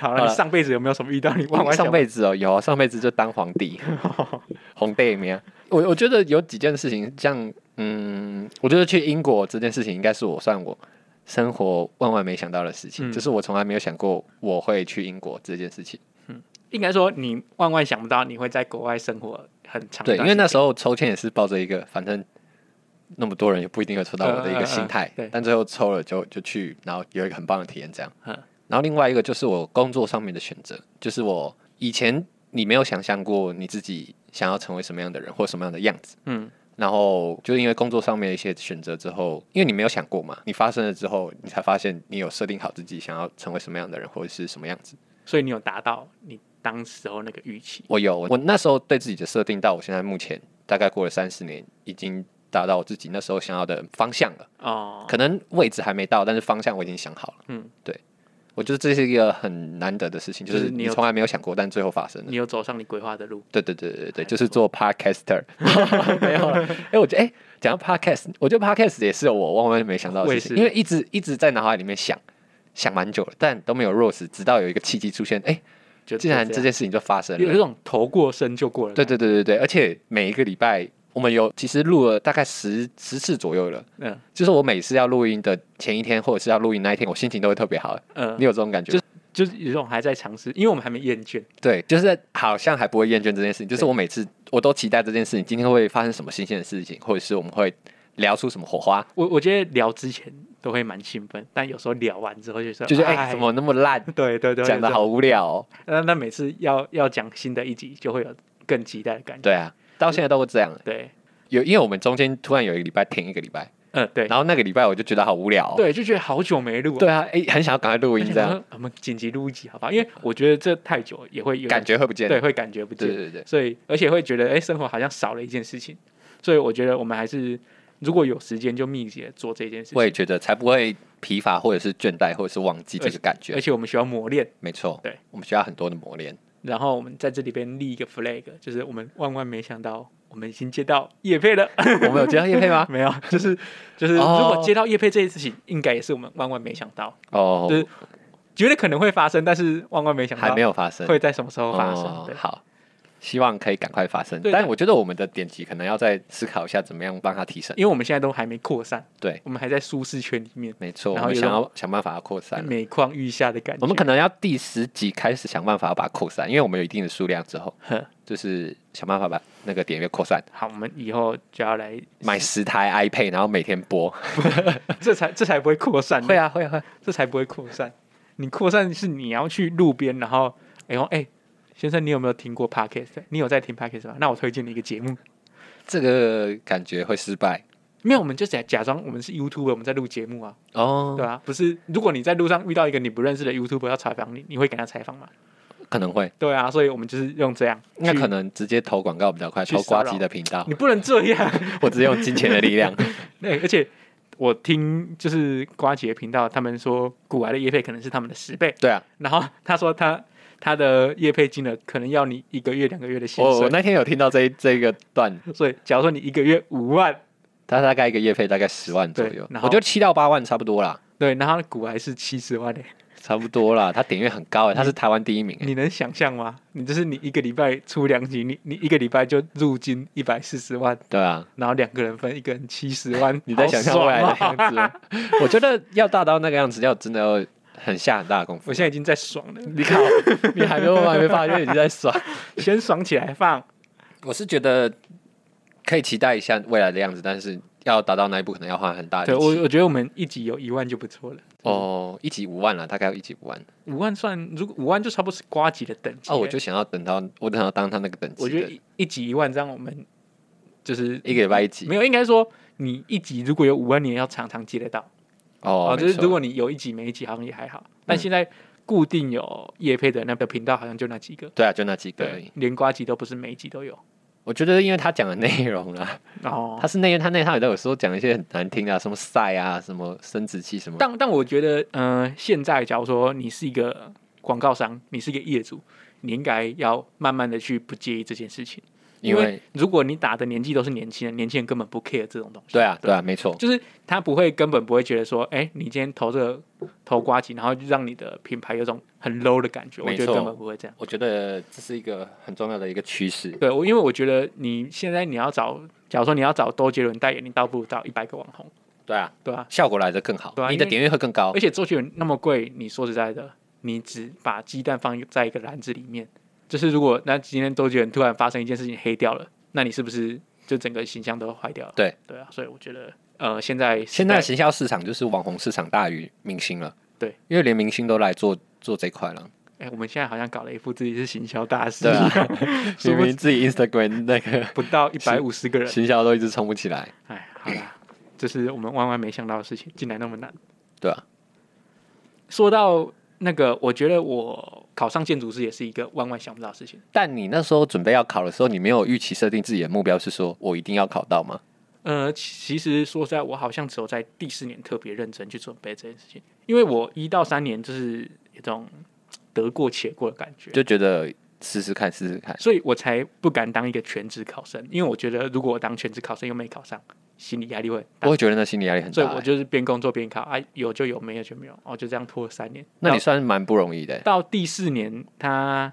S2: 好了，
S1: 好了
S2: 你上辈子有没有什么遇到你万万 想
S1: 上辈子哦，有啊，上辈子就当皇 帝，红帝啊咩？我我觉得有几件事情，像嗯，我觉得去英国这件事情，应该是我算我生活万万没想到的事情，
S2: 嗯
S1: 就是我从来没有想过我会去英国这件事情。
S2: 应该说你万万想不到你会在国外生活很长一
S1: 对，
S2: 段时间。
S1: 因为那时候抽签也是抱着一个反正那么多人也不一定会抽到我的一
S2: 嗯嗯
S1: 个
S2: 嗯
S1: 心态，
S2: 对
S1: 但最后抽了就就去，然后有一个很棒的体验这样。
S2: 嗯
S1: 然后另外一个就是我工作上面的选择，就是我以前你没有想象过你自己想要成为什么样的人或什么样的样子，
S2: 嗯
S1: 然后就是因为工作上面的一些选择之后，因为你没有想过嘛，你发生了之后，你才发现你有设定好自己想要成为什么样的人或者是什么样子。
S2: 所以你有达到你当时候那个预期，
S1: 我有，我那时候对自己的设定到我现在目前大概过了三十年，已经达到我自己那时候想要的方向了。
S2: 哦，
S1: 可能位置还没到，但是方向我已经想好了。
S2: 嗯，
S1: 对，我觉得这是一个很难得的事情，就
S2: 就是是你
S1: 你
S2: 有
S1: 从来没有想过，但最后发生了
S2: 你。有走上你规划的路，
S1: 对对对对对，
S2: 不
S1: 就是做 podcaster 没有了。哎、我觉得哎，讲、到 podcast，我觉得 podcast 也是我万万没想到的
S2: 我也
S1: 事情，
S2: 是
S1: 因为一直一直在脑海里面想想蛮久了，但都没有落实，直到有一个契机出现，哎、
S2: 就
S1: 竟然
S2: 就
S1: 这
S2: 这
S1: 件事情就发生
S2: 样有
S1: 了
S2: 有一。种头过身就过了，
S1: 对，对对对对，而且每一个礼拜我们有其实录了大概十十次左右了。
S2: 嗯
S1: 就是我每次要录音的前一天，或者是要录音那一天，我心情都会特别好。
S2: 嗯
S1: 你，有这种感觉？就
S2: 就是有一种还在尝试，因为我们还没厌倦，
S1: 对，就是好像还不会厌倦这件事情。就是
S2: 对
S1: 我每次我都期待这件事情，今天会发生什么新鲜的事情，或者是我们会聊出什么火花，
S2: 我我觉得聊之前都会蛮兴奋，但有时候聊完之后就说，
S1: 就是哎、
S2: 哎，
S1: 怎么那么烂，
S2: 对对对，
S1: 讲的
S2: 有这
S1: 好
S2: 种。
S1: 无聊、哦。
S2: 那那每次要要讲新的一集，就会有更期待的感觉。
S1: 对啊，到现在都是这样。
S2: 对，
S1: 有因为我们中间突然有一个礼拜停一个礼拜，
S2: 嗯对，
S1: 然后那个礼拜我就觉得好无聊、哦。
S2: 对，就觉得好久没录，
S1: 对啊，哎、很想要赶快录
S2: 而
S1: 音
S2: 且
S1: 这
S2: 想
S1: 样，
S2: 说，嗯我们紧急录一集好不好？因为我觉得这太久也会有
S1: 感觉会不见。
S2: 对，会感觉不
S1: 对
S2: 见，
S1: 对对，
S2: 所以而且会觉得哎、生活好像少了一件事情，所以我觉得我们还是如果有时间就密集的做这件事
S1: 我
S2: 情，
S1: 也觉得才不会疲乏，或者是倦怠，或者是忘记这个感觉
S2: 而。且我们需要磨练。
S1: 没错，
S2: 对，
S1: 我们需要很多的磨练。
S2: 然后我们在这里边立一个 flag，就是我们万万没想到，我们已经接到叶配了，
S1: 我们有接到叶配吗？
S2: 没有，就是就是，如
S1: 哦
S2: 果接到叶配这件事情，应该也是我们万万没想到，
S1: 哦，
S2: 就是觉得可能会发生，但是万万没想到
S1: 还没有发生，
S2: 会在什么时候发生。
S1: 哦
S2: 对，
S1: 好，希望可以赶快发生。
S2: 对
S1: 但
S2: 但
S1: 我觉得我们的点击可能要再思考一下，怎么样帮它提升。
S2: 因为我们现在都还没扩散，
S1: 对，
S2: 我们还在舒适圈里面，
S1: 没错，
S2: 然
S1: 我
S2: 后
S1: 们
S2: 有嗯
S1: 想要想办法要扩散。
S2: 每况愈下的感觉。
S1: 我们可能要第十集开始想办法把它扩散，因为我们有一定的数量之后，
S2: 呵
S1: 就是想办法把那个点阅扩 散，
S2: 好，我们以后就要来，
S1: 买十台 iPad，然后每天播。
S2: 这才这才不会扩散，
S1: 会，啊，会啊，会啊。
S2: 这才不会扩散。你扩散是你要去路边，然后哎呦哎，先生，你有没有听过 podcast？你有在听 podcast 吗？那我推荐你一个节目。
S1: 这个感觉会失败
S2: 没有，我们就假假装我们是 YouTube，我们在录节目啊。
S1: 哦
S2: 对，啊，不是，如果你在路上遇到一个你不认识的 YouTuber 要采访你，你会给他采访吗？
S1: 可能会。
S2: 对啊，所以我们就是用这样，
S1: 那
S2: 去
S1: 可能直接投广告比较快，
S2: 去
S1: 投瓜
S2: 骚扰
S1: 机的频道，
S2: 你不能这样。
S1: 我只用金钱的 力量。
S2: 对，而且我听就是瓜姐频道，他们说古玩的叶配可能是他们的十倍，
S1: 对啊，
S2: 然后他说他他的叶配金额可能要你一个月两个月的薪
S1: 我我
S2: 水，
S1: 那天有听到这一这个段，
S2: 所以假如说你一个月五万，
S1: 他大概一个月费大概十万左
S2: 对
S1: 右，
S2: 然
S1: 我
S2: 后
S1: 觉得七到八万差不多啦，
S2: 对，然后古玩是七十万的，欸
S1: 差不多啦。他点阅很高诶，欸他是台湾第一名诶。
S2: 你能想象吗？你就是你一个礼拜出两集，你你一个礼拜就入金一百四十万。
S1: 对啊，
S2: 然后两个人分，一个人七十万，
S1: 你在想象未来
S2: 好
S1: 的
S2: 爽啊
S1: 样子吗？ 我觉得要大到那个样子，要真的要很下很大的功 夫
S2: 我。现在已经在爽了，
S1: 你看，你还没有还没发现你在耍。
S2: 先爽起来放。
S1: 我是觉得可以期待一下未来的样子，但是要达到那一步，可能要花很大的
S2: 对
S1: 力
S2: 我，
S1: 气。嗯
S2: 我觉得我们一集有一万就不错了。
S1: 哦，一集五万了，大概要一集五万。
S2: 五万算，如果五万就差不多是瓜集的等级了。
S1: 哦，我就想要等到，我等到当他那个等级的，
S2: 我觉得一一集一万，这样我们就是
S1: 一个礼拜一集。
S2: 没有，应该说你一集如果有五万，你也要常常接得到。
S1: 哦，
S2: 啊就是
S1: 没错
S2: 如果你有一集没一集，好像也还好。但现在固定有叶配的那个频道，好像就那几个，
S1: 对啊，就那几个而已。，
S2: 连瓜集都不是每一集都有。哦
S1: 我觉得因为他讲的内容啊，
S2: 然后
S1: 他是内他内他有时候讲一些很难听的、啊，什么赛啊，什么生殖器什么，
S2: 但但我觉得，呃，现在假如说你是一个广告商，你是一个业主，你应该要慢慢的去不介意这件事情，
S1: 因为
S2: 如果你打的年纪都是年轻人，年轻人根本不 care 这种东西，
S1: 对啊对啊，没错，
S2: 就是他不会根本不会觉得说，哎、你今天投这个投瓜机，然后就让你的品牌有种很 low 的感觉，我
S1: 没
S2: 觉
S1: 错
S2: 得根本不会这样。
S1: 我觉得这是一个很重要的一个趋势。
S2: 对，我因为我觉得你现在你要找，假如说你要找周杰伦代言，你倒不如找一百个网红，
S1: 对啊，
S2: 对吧、
S1: 效果来的更好，
S2: 对啊
S1: 你的
S2: 因为
S1: 点阅会更高
S2: 而。且周杰伦那么贵，你说实在的，你只把鸡蛋放在一个篮子里面，就是如果那今天周杰伦突然发生一件事情黑掉了，那你是不是就整个形象都坏掉了？
S1: 对
S2: 对啊，所以我觉得呃，现在
S1: 现在行销市场就是网红市场大于明星了，
S2: 对，
S1: 因为连明星都来做做这块了。
S2: 哎、我们现在好像搞了一副自己是行销大师
S1: 对啊
S2: 一样，殊
S1: 明
S2: 不
S1: 明
S2: 知
S1: 自己 Instagram 那 个
S2: 不到一百五十个人。
S1: 行销都一直冲不起来，
S2: 哎，好啦，这是我们万万没想到的事情，竟然那么难。
S1: 对啊，
S2: 说到那个，我觉得我考上建筑师也是一个万万想不到的事情。
S1: 但你那时候准备要考的时候，你没有预期设定自己的目标是说我一定要考到吗？
S2: 呃，其其实说实在，我好像只有在第四年特别认真去准备这件事情，因为我一到三年就是有种得过且过的感觉，
S1: 就觉得试试看，试试看。
S2: 所以我才不敢当一个全职考生，因为我觉得如果我当全职考生又没考上，心理压力会很
S1: 我
S2: 大。
S1: 会觉得那心理压力很
S2: 所
S1: 大、
S2: 以
S1: 欸
S2: 我就是边工作边考，啊，有就有，没有就没有，哦，就这样拖了三年。
S1: 那
S2: 到
S1: 你算是蛮不容易的、欸
S2: 到第四年，他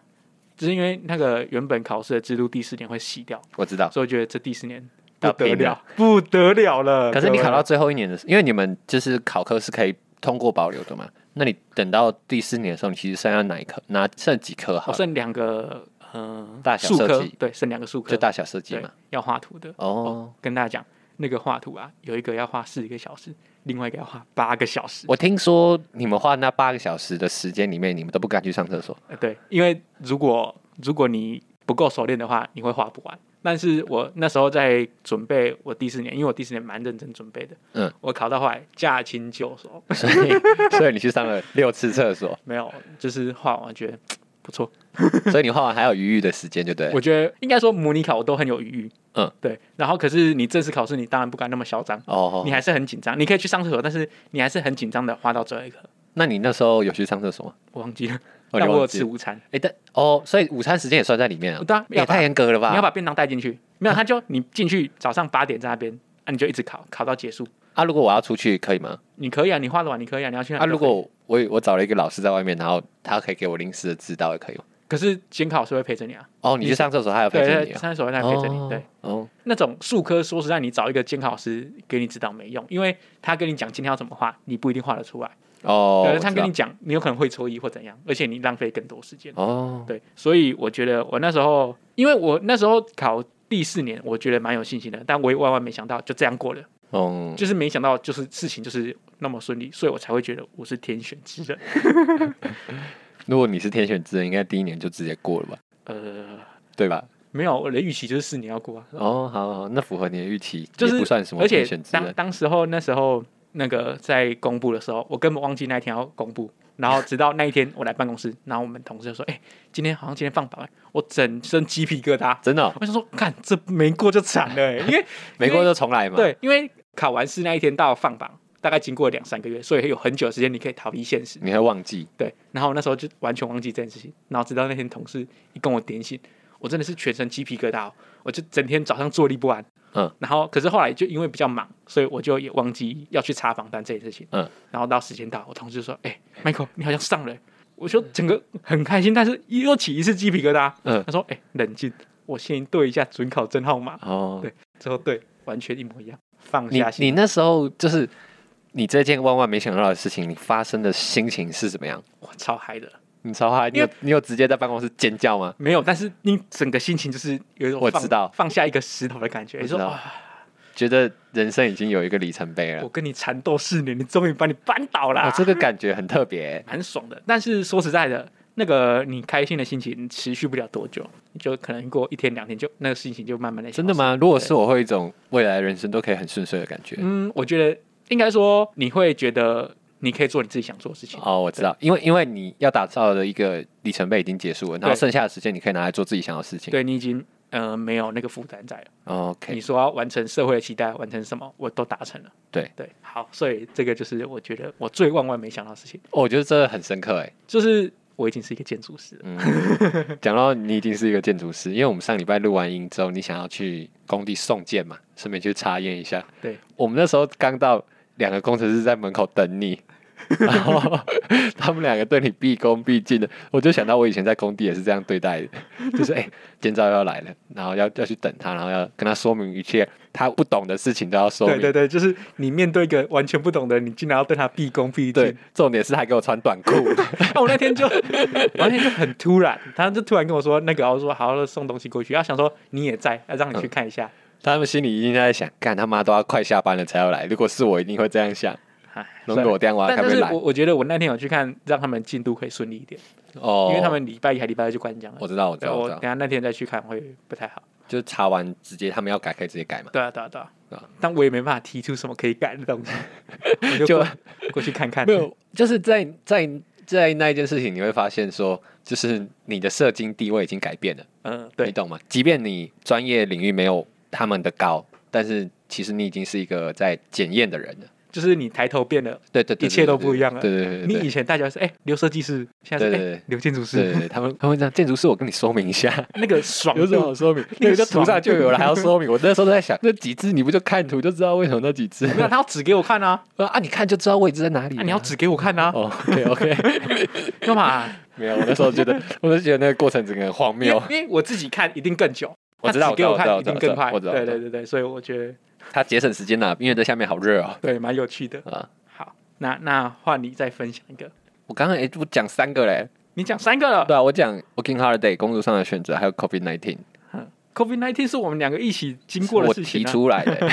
S2: 就是因为那个原本考试的制度，第四年会洗掉，
S1: 我知道。
S2: 所以我觉得这第四年不
S1: 要
S2: 得
S1: 拼了
S2: 了，不得了了。
S1: 可是你
S2: 各位
S1: 考到最后一年的时候，因为你们就是考科是可以通过保留的嘛，那你等到第四年的时候，你其实剩下哪一科？拿剩几科好了？
S2: 我哦剩两个呃
S1: 大小
S2: 数
S1: 设
S2: 科
S1: 计，
S2: 对，剩两个数科，
S1: 就大小设计
S2: 对
S1: 嘛。
S2: 要画图的。
S1: 哦，
S2: 跟大家讲，那个画图啊，有一个要画四个小时，另外一个要画八个小时。
S1: 我听说你们花那八个小时的时间里面，你们都不敢去上厕所。
S2: 呃对，因为如果如果你不够熟练的话，你会画不完。但是我那时候在准备我第四年，因为我第四年蛮认真准备的，
S1: 嗯，
S2: 我考到后来驾轻就熟，
S1: 所以 所以你去上了六次厕所，
S2: 没有，就是画完觉得不错。
S1: 所以你画完还有余裕的时间，就对了。
S2: 我觉得应该说模拟考我都很有余裕，
S1: 嗯，
S2: 对。然后可是你正式考试，你当然不敢那么嚣张，
S1: 哦
S2: 你，还是很紧张。你可以去上厕所，但是你还是很紧张的画到最后一刻。
S1: 那你那时候有去上厕所吗？
S2: 我忘记了，
S1: 哦
S2: 但
S1: 你
S2: 我有
S1: 忘记
S2: 吃午餐。
S1: 哎、但哦，所以午餐时间也算在里面啊
S2: 对。啊，
S1: 也、
S2: 要把
S1: 太严格了吧？
S2: 你要把便当带进去，没有他就你进去早上八点在那边，啊你就一直考，考到结束。
S1: 啊，如果我要出去可以吗？
S2: 你可以啊，你画得完，你可以啊，你要去哪
S1: 啊，
S2: 里
S1: 如
S2: 都可以
S1: 果我我找了一个老师在外面，然后他可以给我临时的指导，也可以吗？
S2: 可是监考是会陪着你啊，
S1: 哦，你去上厕所，他有陪
S2: 对
S1: 着
S2: 对
S1: 你、
S2: 对，
S1: 啊，
S2: 三所会陪着你，
S1: 哦
S2: 对。，
S1: 哦，
S2: 那种数科，说实在，你找一个监考师给你指导没用，因为他跟你讲今天要怎么画，你不一定画得出来。
S1: 哦，
S2: 对，
S1: 我
S2: 他
S1: 知
S2: 跟
S1: 道
S2: 你讲，你有可能会错意或怎样，而且你浪费更多时间。
S1: 哦，
S2: 对，所以我觉得我那时候，因为我那时候考第四年，我觉得蛮有信心的，但我也万万没想到就这样过了，
S1: 嗯，
S2: 就是没想到就是事情就是那么顺利，所以我才会觉得我是天选之人。
S1: 如果你是天选之人，应该第一年就直接过了吧？
S2: 呃，
S1: 对吧？
S2: 没有，我的预期就是四年要过啊，
S1: 哦，好好，那符合你的预期，
S2: 就是
S1: 也不算什么
S2: 而且
S1: 天选之
S2: 当
S1: 人。
S2: 当时候那时候那个在公布的时候，我根本忘记那一天要公布。然后直到那一天我来办公室，然后我们同事就说：“哎、今天好像今天放榜、欸，我整身鸡皮疙瘩。
S1: 真的哦、”
S2: 我想说，看这没过就惨了、欸，因为
S1: 没过就重来嘛。，
S2: 对，因为考完试那一天到放榜，大概经过两三个月，所以有很久的时间你可以逃离现实。
S1: 你会忘记。
S2: 对，然后我那时候就完全忘记这件事情，然后直到那天同事一跟我点醒，我真的是全身鸡皮疙瘩、哦，我就整天早上坐立不安。
S1: 嗯，
S2: 然后可是后来就因为比较忙，所以我就也忘记要去查房单这件事情。
S1: 嗯，
S2: 然后到时间到，我同事就说：“哎、m i c h a e l 你好像上了欸。”我就整个很开心，但是又起一次鸡皮疙瘩。
S1: 嗯
S2: 他说：“哎、冷静，我先对一下准考证号码。
S1: 哦，
S2: 对”之后对，完全一模一样，放
S1: 你
S2: 下心。
S1: 你那时候就是你这件万万没想到的事情，你发生的心情是怎么样？
S2: 我超嗨的，
S1: 你超嗨，你有
S2: 因
S1: 你有直接在办公室尖叫吗？
S2: 没有，但是你整个心情就是有一种
S1: 我
S2: 放
S1: 知道
S2: 放下一个石头的感觉。你
S1: 知
S2: 说
S1: 道
S2: 哇，
S1: 觉得人生已经有一个里程碑了
S2: 我。跟你缠斗四年，你终于把你扳倒了，
S1: 哇，哦这个感觉很特别。
S2: 蛮爽的。但是说实在的，那个你开心的心情持续不了多久，你就可能过一天两天就那个心情就慢慢的
S1: 真的？吗？如果是我，会有一种未来人生都可以很顺遂的感觉。
S2: 嗯，我觉得应该说你会觉得你可以做你自己想做的事情。
S1: 哦，我知道，因为因为你要打造的一个里程碑已经结束了，然后
S2: 对
S1: 剩下的时间你可以拿来做自己想要的事情。
S2: 对你已经呃没有那个负担在了，
S1: ，OK，
S2: 你说要完成社会的期待，完成什么我都达成了。
S1: 对
S2: 对，好，所以这个就是我觉得我最万万没想到的事情，
S1: 哦我觉得这个很深刻哎。
S2: 就是我已经是一个建筑师了。
S1: 讲到你已经是一个建筑师，因为我们上礼拜录完音之后，你想要去工地送件嘛，顺便去查验一下。
S2: 对，
S1: 我们那时候刚到，两个工程师在门口等 你，然后他们两个对你毕恭毕敬的，我就想到我以前在工地也是这样对待的，就是哎，监、造要来了，然后要要去等他，然后要跟他说明一切他不懂的事情都要说
S2: 对
S1: 明。
S2: 对对，就是你面对一个完全不懂的，你竟然要对他毕恭毕敬。
S1: 对，重点是还给我穿短裤。
S2: 那我那天就，我 那天就很突然，他就突然跟我说那个，我说好，送东西过去。他想说你也在，要让你去看一下。
S1: 他们心里一定在想，干他妈都要快下班了才要来，如果是我一定会这样想，
S2: 哎
S1: 如果我这样挖，
S2: 算
S1: 他
S2: 了但但
S1: 们
S2: 是
S1: 啊来
S2: 我。我觉得我那天有去看，让他们进度可以顺利一点。
S1: 哦，
S2: 因为他们礼拜一还礼拜二就关奖了
S1: 我。知道，我知
S2: 对，
S1: 道，我
S2: 我
S1: 知道
S2: 等，下那天再去看会不太好。
S1: 就查完直接他们要改可以直接改嘛。
S2: 对啊，对啊，对啊
S1: 对啊。
S2: 但我也没办法提出什么可以改的 东西，我就
S1: 就
S2: 过过去看看。
S1: 没有，就是在在在那一件事情，你会发现说，就是你的社经地位已经改变了，
S2: 嗯，
S1: 你
S2: 对，
S1: 懂吗？即便你专业领域没有他们的高，但是其实你已经是一个在检验的人了。
S2: 就是你抬头变了，
S1: 对对对，
S2: 一切都不一样了
S1: 对对对对
S2: 你
S1: 对
S2: 以前大家是哎刘设计师，现在
S1: 对
S2: 是
S1: 对
S2: 哎
S1: 对
S2: 刘建筑
S1: 对
S2: 师，
S1: 对对，他们他们会这样，建筑师，我跟你说明一下。
S2: 那个爽
S1: 有什么
S2: 度
S1: 好说明？
S2: 那
S1: 那
S2: 个
S1: 个就图
S2: 爽
S1: 上就有了，还要说明？我那时候都在想，那几只你不就看图就知道为 什么那几只？
S2: 没有，他要指给我 看啊，
S1: 啊，你看就知道位置在哪里
S2: 啊
S1: 了、
S2: 你要指给我看 啊，
S1: 哦，OK OK，
S2: 干嘛？
S1: 没有，我那时候觉 得，我就觉得那个过程整个很荒
S2: 因为
S1: 谬。
S2: 因为我自己看一定更久，
S1: 我知道
S2: 他指给
S1: 我知道
S2: 看
S1: 我
S2: 一
S1: 知道
S2: 定更快，
S1: 我知道我知
S2: 对
S1: 道
S2: 对对对，所以我觉得
S1: 他节省时间啊啦，因为在下面好热哦。
S2: 对蛮有趣的。
S1: 啊，
S2: 好，那那换你再分享一个，
S1: 我刚刚诶，我讲三个嘞，
S2: 你讲三个了。
S1: 对啊，我讲 Working Holiday 工作上的选择，还有 COVID nineteen，
S2: COVID nineteen 是我们两个一起经过的
S1: 我
S2: 事情、
S1: 提
S2: 啊。
S1: 出来的，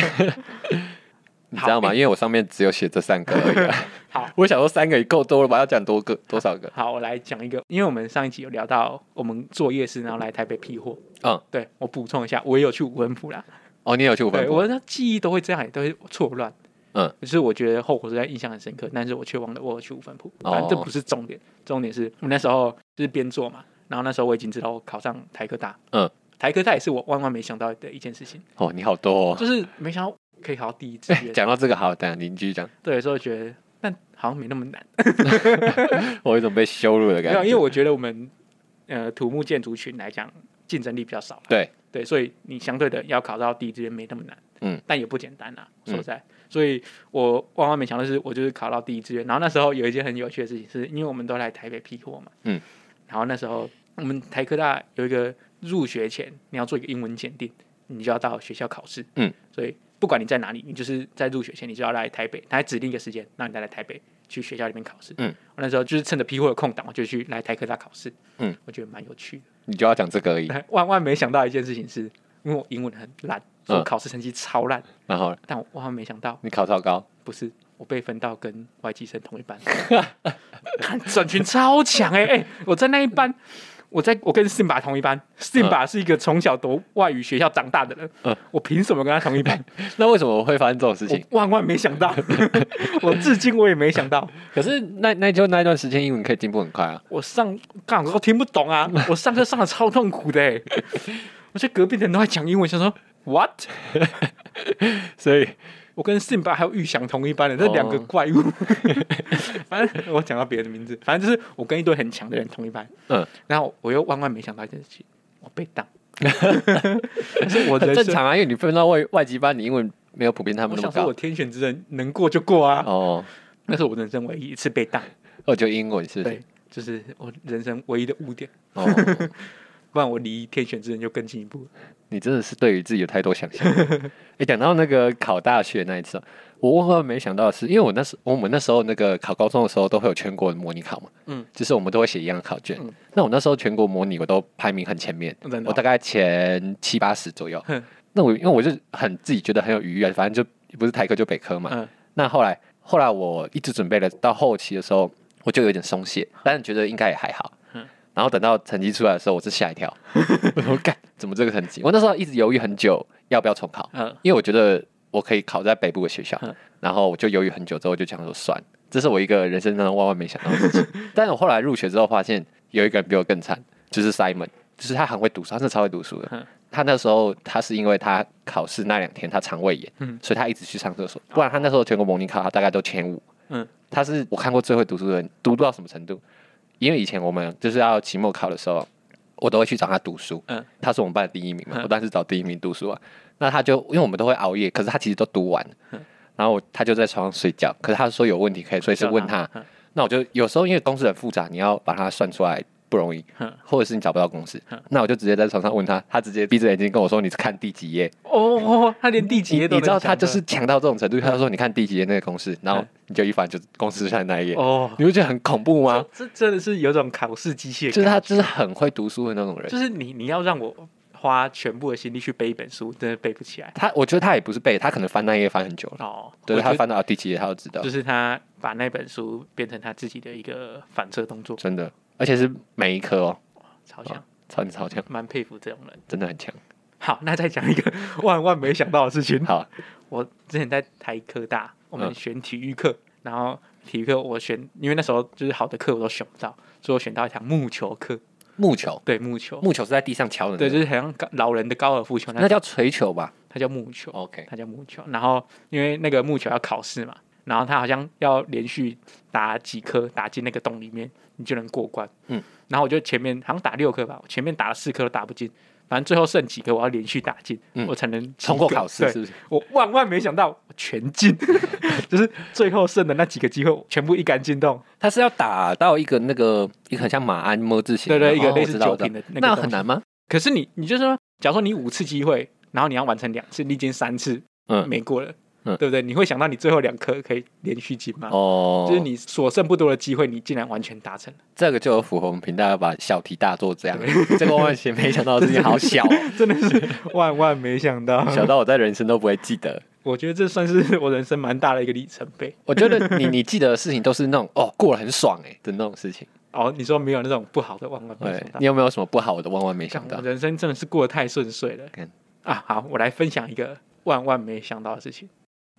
S1: 你知道吗？
S2: 好
S1: 因为我上面只有写这三个而已啊。
S2: 好
S1: 我想说三个也够多了吧？要讲多个多少个？
S2: 好，我来讲一个，因为我们上一集有聊到我们做夜市，然后来台北批货。
S1: 嗯，
S2: 对我补充一下，我也有去五分埔啦。
S1: 哦，你有去五分
S2: 对，
S1: 埔？
S2: 我的记忆都会这样，也都会错乱。
S1: 嗯，
S2: 就是我觉得后果实在印象很深刻，但是我却忘了我有去五分埔。
S1: 哦
S2: 反正这不是重点，重点是我那时候就是边做嘛，然后那时候我已经知道我考上台科大。
S1: 嗯，
S2: 台科大也是我万万没想到的一件事情，
S1: 哦，你好多哦。
S2: 就是没想到可以考到第一志愿。
S1: 讲到 这个，好，等一下你继续讲。
S2: 对，所以我觉得但好像没那么难。
S1: 我有一种被羞辱的
S2: 没
S1: 感
S2: 有，
S1: 觉。
S2: 因为我觉得我们呃土木建筑群来讲，竞争力比较少啦。
S1: 对
S2: 对，所以你相对的要考到第一志愿没那么难，
S1: 嗯，
S2: 但也不简单啊，说
S1: 嗯
S2: 实在。所以我万万没想到是，我就是考到第一志愿。然后那时候有一件很有趣的事情是，因为我们都来台北批货嘛，
S1: 嗯，
S2: 然后那时候我们台科大有一个入学前你要做一个英文检定，你就要到学校考试，
S1: 嗯，
S2: 所以不管你在哪里，你就是在入学前你就要来台北，他还指定一个时间让你再来台北去学校里面考试，
S1: 嗯，
S2: 我那时候就是趁着批货的空档，我就去来台科大考试，
S1: 嗯，
S2: 我觉得蛮有趣的。
S1: 你就要讲这个 而已。
S2: 但 万万没想到一件事情是，因为我英文很烂，所
S1: 嗯
S2: 以我考试成绩超烂，
S1: 然后
S2: 但我万万没想到，
S1: 你考超高，
S2: 不是我被分到跟外籍生 同一班，看转群超强哎、欸、哎、我在那一班。我在我跟 Simba 同一班，Simba 是一个从小读外语学校长大的人，
S1: 嗯
S2: 我凭什么跟他同 一班？
S1: 那为什么会发生这种事情？
S2: 我万万没想到， 我至今我也没想到，
S1: 可是那那就那段时间英文可以进步很快啊。
S2: 我上干我都听不懂啊， 我上课上的超痛苦的、欸， 我觉得隔壁的人都在讲英文，想说 what？
S1: 所以
S2: 我跟 Simba 还有玉祥同一班的，这
S1: 哦
S2: 两个怪 物。反正我讲到别的名字，反正就是我跟一堆很强的人同一班。
S1: 嗯，
S2: 然后我又万万没想到一件事情，我被 当。但是我
S1: 很
S2: 人
S1: 正
S2: 生，
S1: 常啊，因为你分到外外籍班，你英文没有普遍他
S2: 我
S1: 们那
S2: 想
S1: 么
S2: 说我
S1: 高。
S2: 天选之人能过就过啊。
S1: 哦，
S2: 那是我人生唯一一次被当，
S1: 我就英文是不
S2: 对
S1: 是？，
S2: 就是我人生唯一的污点。
S1: 哦，
S2: 不然我离天选之人就更进一步了。
S1: 你真的是对于自己有太多想 象。哎，讲到那个考大学那一次啊，我万万没想到的是，因为我那时我们那时候那个考高中的时候都会有全国模拟考嘛，
S2: 嗯，
S1: 就是我们都会写一样的考卷
S2: 嗯。
S1: 那我那时候全国模拟我都排名很前面，
S2: 真的哦
S1: 我大概前七八十左右
S2: 哼。
S1: 那我因为我就很自己觉得很有愉悦，反正就不是台科就北科嘛。
S2: 嗯
S1: 那后来后来我一直准备了，到后期的时候我就有点松懈，但是觉得应该也还好。
S2: 嗯
S1: 然后等到成绩出来的时候，我是吓一 跳，我说干怎么这个成绩？我那时候一直犹豫很久要不要重考，
S2: 嗯，
S1: 因为我觉得我可以考在北部的学校
S2: 嗯，
S1: 然后我就犹豫很久之后我就想说算了，这是我一个人生当中万万没想到的 事情。但是我后来入学之后发现有一个人比我更惨，就是 Simon，就是他很会读书，他是超会读书
S2: 嗯
S1: 的。他那时候他是因为他考试那两天他肠胃炎，
S2: 嗯
S1: 所以他一直去上厕所，不然他那时候全国模拟考他大概都前五。
S2: 嗯
S1: 他是我看过最会读书的人，读到什么程度？因为以前我们就是要期末考的时候，我都会去找他读书。
S2: 嗯
S1: 他是我们班的第一名嘛，
S2: 嗯
S1: 我当时找第一名读书啊。那他就因为我们都会熬夜，可是他其实都读完了，
S2: 嗯
S1: 然后他就在床上睡觉。可是他说有问题可以随时问他。
S2: 嗯
S1: 那我就有时候因为公式很复杂，你要把它算出来不容易
S2: 嗯，
S1: 或者是你找不到公式
S2: 嗯，
S1: 那我就直接在床上问他，他直接闭着眼睛跟我说你是看第几页。
S2: 哦，他连第几
S1: 你
S2: 页都
S1: 你知道
S2: 能
S1: 他
S2: 想
S1: 就
S2: 出
S1: 是强到这种程度，他就说你看第几页那个公式，然后
S2: 嗯
S1: 你就一翻就公式上那一页
S2: 来。哦，
S1: 你不觉得很恐怖吗？
S2: 这这真的是有种考试机械
S1: 就是
S2: 感，
S1: 他，就是很会读书的那种人
S2: 就。是你你要让我花全部的心力去背一本书，真的背不起来。
S1: 他，我觉得他也不是背，他可能翻那一页翻很久了。
S2: 哦，
S1: 对
S2: 我
S1: 他
S2: 觉得
S1: 翻到第几页，他就知道
S2: 就。是他把那本书变成他自己的一个反射动作，
S1: 真的，而且是每一颗哦，
S2: 超强，
S1: 超级超强，
S2: 蛮佩服这种人。
S1: 真的很强。
S2: 好，那再讲一个万万没想到的事 情。
S1: 好，
S2: 我之前在台科大，我们
S1: 嗯
S2: 选体育课，然后体育课我选，因为那时候就是好的课我都选不到，所以我选到一堂木球课。
S1: 木球，
S2: 对，木球，
S1: 木球是在地上敲的，
S2: 对，就是好像高老人的高尔夫球那
S1: 那
S2: 种，
S1: 叫锤球吧
S2: 它叫木球。
S1: ？OK，
S2: 他叫木球。然后因为那个木球要考试嘛，然后他好像要连续打几颗打进那个洞里面，你就能过关。
S1: 嗯，
S2: 然后我就前面好像打六颗吧，我前面打了四颗都打不进，反正最后剩几颗我要连续打进，
S1: 嗯
S2: 我才能
S1: 通过
S2: 及格
S1: 考试
S2: 对
S1: 是不是？
S2: 我万万没想到我全进， 就是最后剩的那几个机会我全部一杆进洞。
S1: 它是要打到一个那个一个很像马鞍摸字形的，
S2: 对对，一个
S1: 哦
S2: 类
S1: 我
S2: 似
S1: 知道
S2: 酒
S1: 我知道
S2: 瓶的那个
S1: 那
S2: 东
S1: 很
S2: 西
S1: 难吗？
S2: 可是你，你就说，假如说你五次机会，然后你要完成两次，历经三次，
S1: 嗯
S2: 没过了，
S1: 嗯
S2: 对不对？你会想到你最后两颗可以连续进吗？
S1: 哦，
S2: 就是你所剩不多的机会，你竟然完全达成了，
S1: 这个就有符合我们频道要把小题大做这样， 这个我完全没想到的事情，好小哦，
S2: 真的 是万万没想到。
S1: 小到我在人生都不会记得。
S2: 我觉得这算是我人生蛮大的一个里程碑。
S1: 我觉得 你你记得的事情都是那种哦过得很爽哎的那种事情。
S2: 哦，你说没有那种不好的万万没
S1: 对
S2: 想，到
S1: 你，有没有什么不好的？万万没想
S2: 干
S1: 到嗯
S2: 我。人生真的是过得太顺遂了
S1: 干。
S2: 啊，好，我来分享一个万万没想到的事情。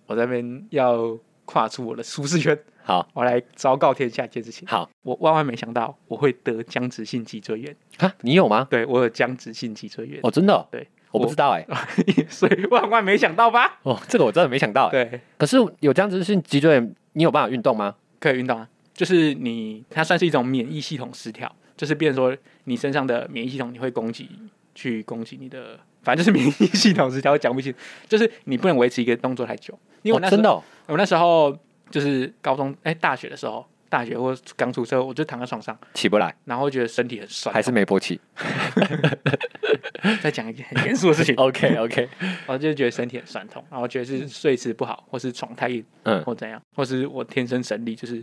S2: 我这边要跨出我的舒适圈，
S1: 好
S2: 我来昭告天下一件事情。
S1: 好
S2: 我万万没想到我会得僵直性脊椎炎，
S1: 啊，你有吗？
S2: 对我有僵直性脊椎炎，
S1: 哦，真的哦、
S2: 对
S1: 我不知道哎、
S2: 所以万万没想到吧？
S1: 哦，这个我真的没想到哎、
S2: 对，
S1: 可是有这样子是脊椎炎，你有办法运动吗？
S2: 可以运动啊，就是你它算是一种免疫系统失调，就是变成说你身上的免疫系统你会攻击，去攻击你的，反正就是免疫系统失调，我讲不清，就是你不能维持一个动作太久，因为我那
S1: 哦、
S2: 时
S1: 真
S2: 候、
S1: 的、哦，
S2: 我那时候就是高中哎、大学的时候，大学或刚出社会，我就躺在床上，
S1: 起不来，
S2: 然后觉得身体很酸，
S1: 还是没勃 起。，
S2: 再讲一件很严肃的事情
S1: OK OK，
S2: 我就觉得身体很酸痛，然后觉得是睡姿不好，或是床太硬，
S1: 嗯
S2: 或怎样，或是我天生神力，就是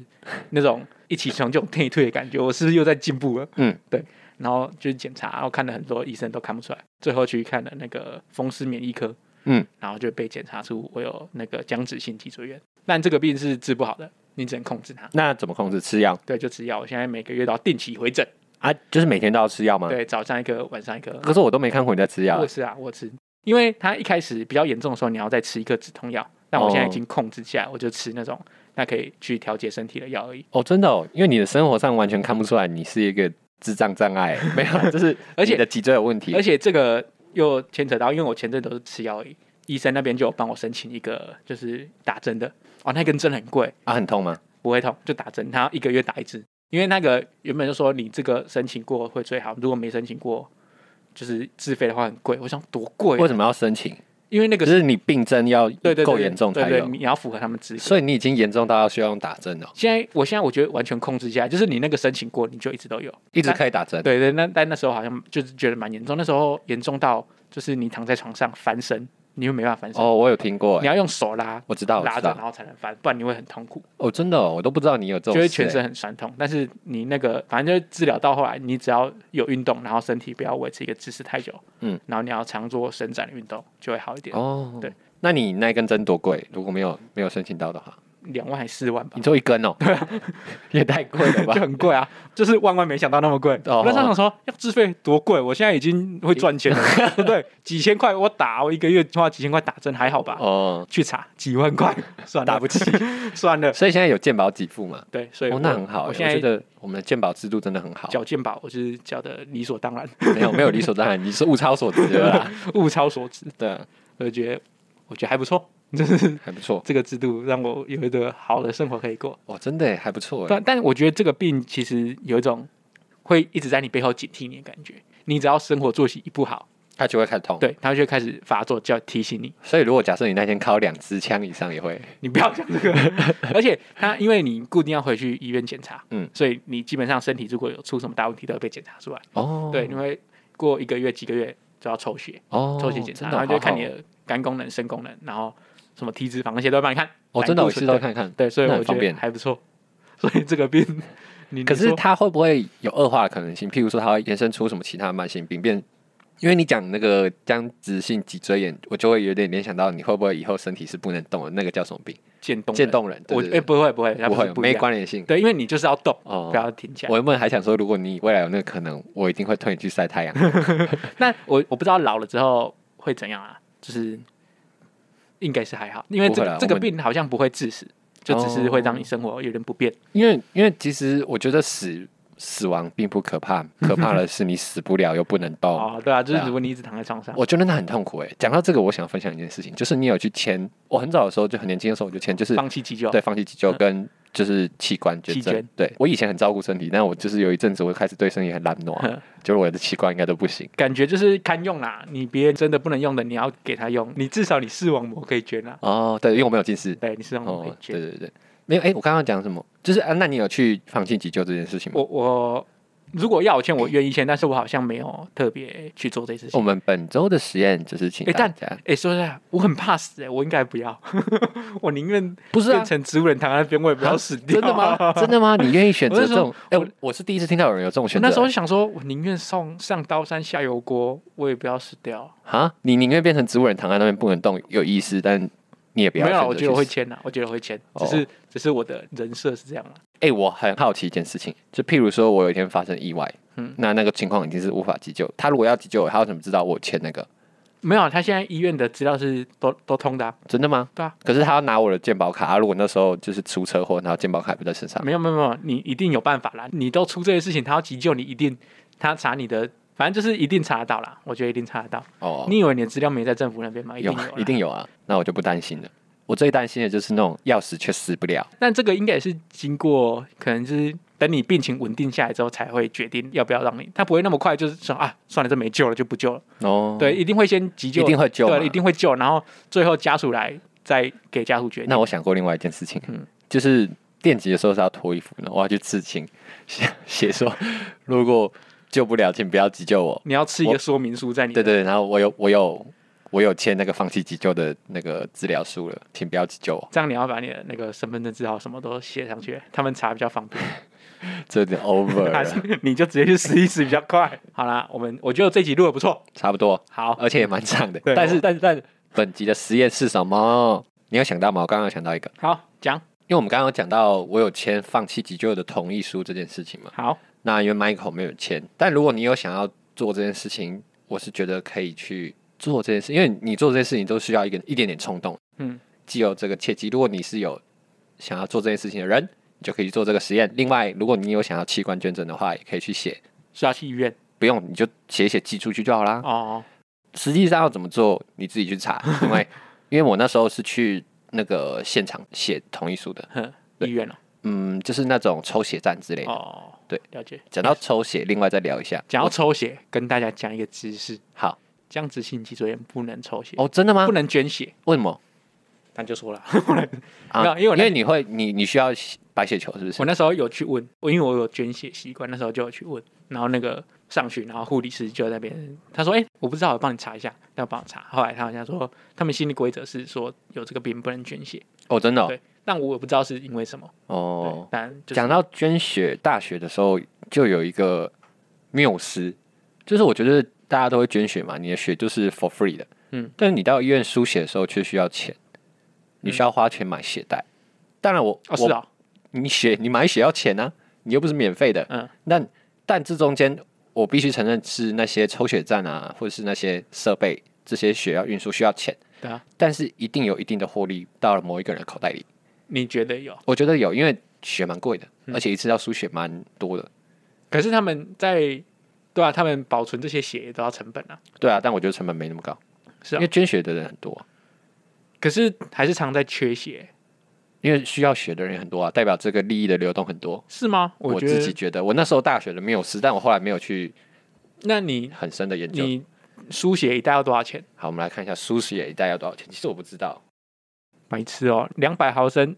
S2: 那种一起床就有内退的感觉，我是不是又在进步了？
S1: 嗯，
S2: 对。然后就是检查，然后看了很多医生都看不出来，最后去看了那个风湿免疫科，
S1: 嗯，
S2: 然后就被检查出我有那个僵直性脊椎炎，但这个病是治不好的，你只能控制它。
S1: 那怎么控制？吃药
S2: 对，就吃药，我现在每个月都要定期回诊，
S1: 啊，就是每天都要吃药吗？。
S2: 对，早上一个，晚上一个，
S1: 嗯可是我都没看过你在吃药
S2: 我
S1: 欸、
S2: 吃啊，我吃，因为它一开始比较严重的时候，你要再吃一颗止痛药，但我现在
S1: 哦
S2: 已经控制下来，我就吃那种那可以去调节身体的药而已。
S1: 哦，真的哦，因为你的生活上完全看不出来你是一个智障障 碍，没有啊，就是
S2: 而且
S1: 你的脊椎有问题
S2: 而。且这个又牵扯到，因为我前阵都是吃药而已，医生那边就有帮我申请一个就是打针的，哦，那根针很贵，
S1: 啊，很痛吗？
S2: 不会痛就打针，他一个月打一支，因为那个原本就说你这个申请过会最好，如果没申请过。就是自费的话很贵，我想多贵啊、
S1: 为什么要申请？
S2: 因为那个
S1: 就是是你病症要
S2: 对对对
S1: 够严重
S2: 对
S1: 才
S2: 对，
S1: 有，
S2: 你要符合他们资格。
S1: 所以你已经严重到要需要用打针哦，
S2: 现在我现在我觉得完全控制下来，就是你那个申请过，你就一直都有。
S1: 一直
S2: 但
S1: 可以打针。
S2: 对对，那但那时候好像就是觉得蛮严重，那时候严重到就是你躺在床上翻身，你又没办法翻身，
S1: 哦，我有听过
S2: 你
S1: 欸，
S2: 要用手拉
S1: 哦我知道，我
S2: 拉
S1: 知
S2: 着，
S1: 道。
S2: 然后才能翻，不然你会很痛苦，
S1: 哦，真的哦，我都不知道你有这
S2: 就
S1: 种
S2: 会
S1: 事欸，
S2: 全身很酸痛。但是你那个反正就是治疗到后来，你只要有运动，然后身体不要维持一个姿势太久，
S1: 嗯，
S2: 然后你要常做伸展的运动就会好一点，
S1: 哦。
S2: 对，
S1: 那你那一根针多贵？如果没有没有申请到的话，
S2: 两万还四万吧
S1: 你。做一 根哦，也太贵了吧
S2: 就？很 贵啊，就是万万没想到那么贵。
S1: 哦
S2: 我那时候想说，要自费多贵？我现在已经会赚钱了，
S1: 哦
S2: 对不对？几千块我打，我一个月花几千块打针还好吧？
S1: 哦，
S2: 去查几 万块，算了，
S1: 打不起，
S2: 算了。
S1: 所以现在有健保给付嘛？
S2: 对，所以我、
S1: 哦，那很好欸，
S2: 我
S1: 我
S2: 现在
S1: 觉得我们的健保制度真的很好。
S2: 缴健保，我是缴的理所当然，
S1: 没有没有理所当然，你是物超所值的 啦。
S2: 物超所值。
S1: 对啊，
S2: 我觉得，我觉得还不错，
S1: 还不错，
S2: 这个制度让我有一个好的生活可以过。
S1: 哇，真的耶还不错耶。
S2: 但但我觉得这个病其实有一种会一直在你背后警惕你的感觉。你只要生活作息一不好，
S1: 它就会开始痛。，
S2: 对，他就会开始发作，就要提醒你。
S1: 所以如果假设你那天靠两支枪以上，也会
S2: 你不要讲这个。 而且他因为你固定要回去医院检查，
S1: 嗯
S2: 所以你基本上身体如果有出什么大问题，都会被检查出来。
S1: 哦
S2: 对，你会过一个月、几个月就要抽血，
S1: 哦，
S2: 抽血检查，
S1: 真的
S2: 然后就会看你
S1: 好好
S2: 的肝功能、肾功能，然后什么体脂肪那些都会帮你看。
S1: 哦，真的，我
S2: 胆固
S1: 去
S2: 醇
S1: 到看看。
S2: 对，所以
S1: 那
S2: 我
S1: 很
S2: 觉
S1: 方
S2: 得
S1: 便
S2: 还不错。 所以这个病，你你
S1: 可是
S2: 说
S1: 它会不会有恶化的可能性？譬如说，它会延伸出什么其他慢性病，变因为你讲那个僵直性脊椎炎，我就会有点联想到你会不会以后身体是不能动的，那个叫什么病？
S2: 渐冻人，
S1: 渐冻人。对
S2: 我
S1: 对
S2: 哎
S1: 对
S2: 不会不会，它
S1: 不
S2: 不
S1: 会
S2: 是不一
S1: 没
S2: 样
S1: 关联性。
S2: 对，因为你就是要动，
S1: 哦
S2: 不要停下来。
S1: 我原本还想说，如果你未来有那个可能，我一定会推你去晒太阳。
S2: 那我我不知道老了之后会怎样啊，就是应该是还好，因为这
S1: 不会
S2: 个
S1: 啦
S2: 这个
S1: 我们哦
S2: 病好像不会致死，就只是会让你生活有点不便。
S1: 因为因为其实我觉得死死亡并不可怕，可怕的是你死不了又不能动。
S2: 哦，对啊，就
S1: 对
S2: 是
S1: 啊
S2: 如果你一直躺在床上，
S1: 我觉得那很痛苦哎、讲到这个，我想分享一件事情，就是你有去签，我很早的时候就很年轻的时候我就签，就是
S2: 放弃急救，
S1: 对放弃急救跟就是器官捐
S2: 器
S1: 赠
S2: 捐。
S1: 对我以前很照顾身体，但我就是有一阵子我开始对身体很懒惰
S2: 嗯，
S1: 就是我的器官应该都不行。
S2: 感觉就是堪用啦。你别人真的不能用的，你要给他用，你至少你视网膜可以捐啦。
S1: 哦，对，因为我没有近视。
S2: 对，你视网膜可以
S1: 哦，对
S2: 捐。
S1: 对对，没有哎、我刚刚讲什么？就是啊，那你有去放弃急救这件事情吗？
S2: 我我如果要我签，我愿意签，但是我好像没有特别去做这件事
S1: 我
S2: 情。
S1: 们本周的实验就是请
S2: 诶
S1: 大
S2: 但
S1: 家，
S2: 哎、说实在，我很怕死哎、我应该不要， 我宁愿
S1: 不是啊
S2: 变成植物人躺在那边，我也不要死掉。
S1: 真
S2: 啊
S1: 的吗？真的吗？你愿意选择这种？哎、
S2: 我那时候
S1: 我我是第一次听到有人有这种选
S2: 我
S1: 择。
S2: 那时候就想说，我宁愿上上刀山下油锅，我也不要死掉。
S1: 啊，你宁愿变成植物人躺在那边不能动，有意思，但你也不要
S2: 没有
S1: 选
S2: 啦，
S1: 择
S2: 我
S1: 去
S2: 觉得我会
S1: 死。
S2: 签呐，我觉得我会签，
S1: 哦
S2: 只是、只是我的人设是这样啦。啊
S1: 哎、我很好奇一件事情，就譬如说我有一天发生意外，嗯
S2: 嗯，
S1: 那那个情况已经是无法急救。他如果要急救，他要怎么知道我签那个？
S2: 没有啊，他现在医院的资料是都都通的啊、
S1: 真的吗？
S2: 对啊。
S1: 可是他要拿我的健保卡，啊、如果那时候就是出车祸，然后健保卡不在身上，
S2: 没有没有没有，你一定有办法啦。你都出这些事情，他要急救你，一定他查你的，反正就是一定查得到啦。我觉得一定查得到。
S1: 哦，
S2: 你以为你的资料没在政府那边吗？一定
S1: 有
S2: 有啦，
S1: 一定有啊，那我就不担心了。我最担心的就是那种要死却死不了。
S2: 但这个应该也是经过，可能就是等你病情稳定下来之后才会决定要不要让你，他不会那么快就是说啊，算了，这没救了就不救了。
S1: 哦，
S2: 对，，一定会先急救，
S1: 一定会救嘛
S2: 对，一定会救，然后最后家属来再给家属决定。
S1: 那我想过另外一件事情，
S2: 嗯
S1: 就是电击的时候是要脱衣服的，我要去刺青，写写说如果救不了，请不要急救我。
S2: 你要吃一
S1: 我
S2: 个说明书在你
S1: 对
S2: 的
S1: 对，对然后我有我有我有签那个放弃急救的那个治疗书了，请不要急救我。
S2: 这样你要把你的那个身份证字号什么都写上去，他们查比较方便，
S1: 这有点 over
S2: 还
S1: 了，
S2: 是你就直接去试一试比较 快。好啦，我们我觉得这集录的不错，
S1: 差不多，
S2: 好，
S1: 而且也蛮长的。
S2: 对
S1: 但是
S2: 我
S1: 但是但是本集的实验是什么？你有想到吗？我刚刚有想到一个，
S2: 好讲，
S1: 因为我们刚刚有讲到我有签放弃急救的同意书这件事情嘛。
S2: 好，
S1: 那因为 Michael 没有签，但如果你有想要做这件事情，我是觉得可以去做这件事，因为你做这件事情都需要一个一点点冲动。
S2: 嗯，
S1: 既有这个契机，如果你是有想要做这件事情的人，你就可以去做这个实验。另外，如果你有想要器官捐赠的话，也可以去写，
S2: 是要去医院
S1: 不用你就写一写寄出去就好啦。
S2: 哦，
S1: 实际上要怎么做，你自己去 查，因为因为我那时候是去那个现场写同意书的，
S2: 哼，
S1: 对
S2: 医院了，
S1: 嗯，就是那种抽血站之类的。
S2: 哦，
S1: 对，
S2: 了解。
S1: 讲到抽血，另外再聊一下。
S2: 讲到抽血，跟大家讲一个知识：
S1: 好
S2: 僵直性脊椎炎不能抽血，
S1: 哦，真的吗
S2: 不？能捐血。
S1: 为什么？
S2: 他就说了，
S1: 啊，
S2: 没有因为我那
S1: 你会你你需要白血球是不是
S2: 我？那时候有去问，我因为我有捐血习惯，那时候就有去问，然后那个上去，然后护理师就在那边，他说：“哎、我不知道，我帮你查一下，要帮我查。”后来他好像说，他们新的规则是说有这个病不能捐血，
S1: 哦，真的哦
S2: 对但我也不知道是因为什么。对
S1: 哦。
S2: 但就是
S1: 讲到捐血，大学的时候就有一个缪斯，就是我觉得大家都会捐血嘛，你的血就是 for free 的，
S2: 嗯，
S1: 但是你到医院输血的时候却需要钱，你需要花钱买血袋。当然我，
S2: 哦，是
S1: 我
S2: 啊、
S1: 你血 你买血要钱啊，你又不是免费的。
S2: 嗯，
S1: 那但这中间我必须承认是那些抽血站啊，或者是那些设备这些血要运输需要钱，
S2: 对啊，
S1: 但是一定有一定的获利到了某一个人的口袋里。
S2: 你觉得有？
S1: 我觉得有，因为血蛮贵的，
S2: 嗯
S1: 而且一次要输血蛮多的。
S2: 可是他们在对啊，他们保存这些血也都要成本啊，
S1: 对啊，但我觉得成本没那么高，
S2: 是
S1: 因
S2: 啊
S1: 为，捐血的人很多，
S2: 可是还是常在缺血，
S1: 因为需要血的人也很多啊，代表这个利益的流动很多。
S2: 是吗？
S1: 我
S2: 觉
S1: 自己
S2: 得，
S1: 觉得，我那时候大学的没有事，但我后来没有去
S2: 那你
S1: 很深的研究。
S2: 你输血一袋要多少钱？
S1: 好，我们来看一下输血一袋要多少钱。其实我不知道，
S2: 白痴哦，两百毫升，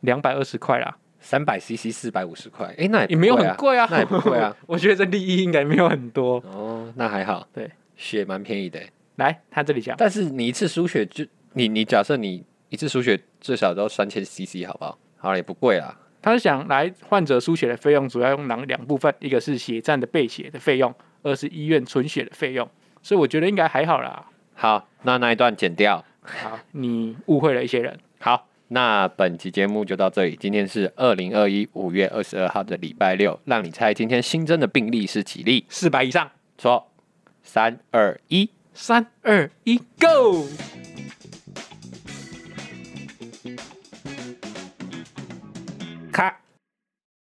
S2: 两百二十块啦，
S1: 三百 CC 四百五十块，哎，那也、
S2: 也没有很，贵啊，
S1: 那也不贵啊。
S2: 我觉得这利益应该没有很多。
S1: 哦，那还好，
S2: 对，
S1: 血蛮便宜的。
S2: 来，他这里讲，
S1: 但是你一次输血就你你假设你一次输血最少都要三千 CC 好不好？好了也不贵啦，
S2: 他是想来患者输血的费用主要用两两部分，一个是血站的备血的费用，二是医院存血的费用。所以我觉得应该还好啦。
S1: 好，那那一段剪掉。
S2: 好，你误会了一些人。
S1: 好，那本期节目就到这里。今天是二零二一五月二十二号的礼拜六，让你猜今天新增的病例是几例？
S2: 四百以上，
S1: 错，三二一。
S2: 三二一，Go！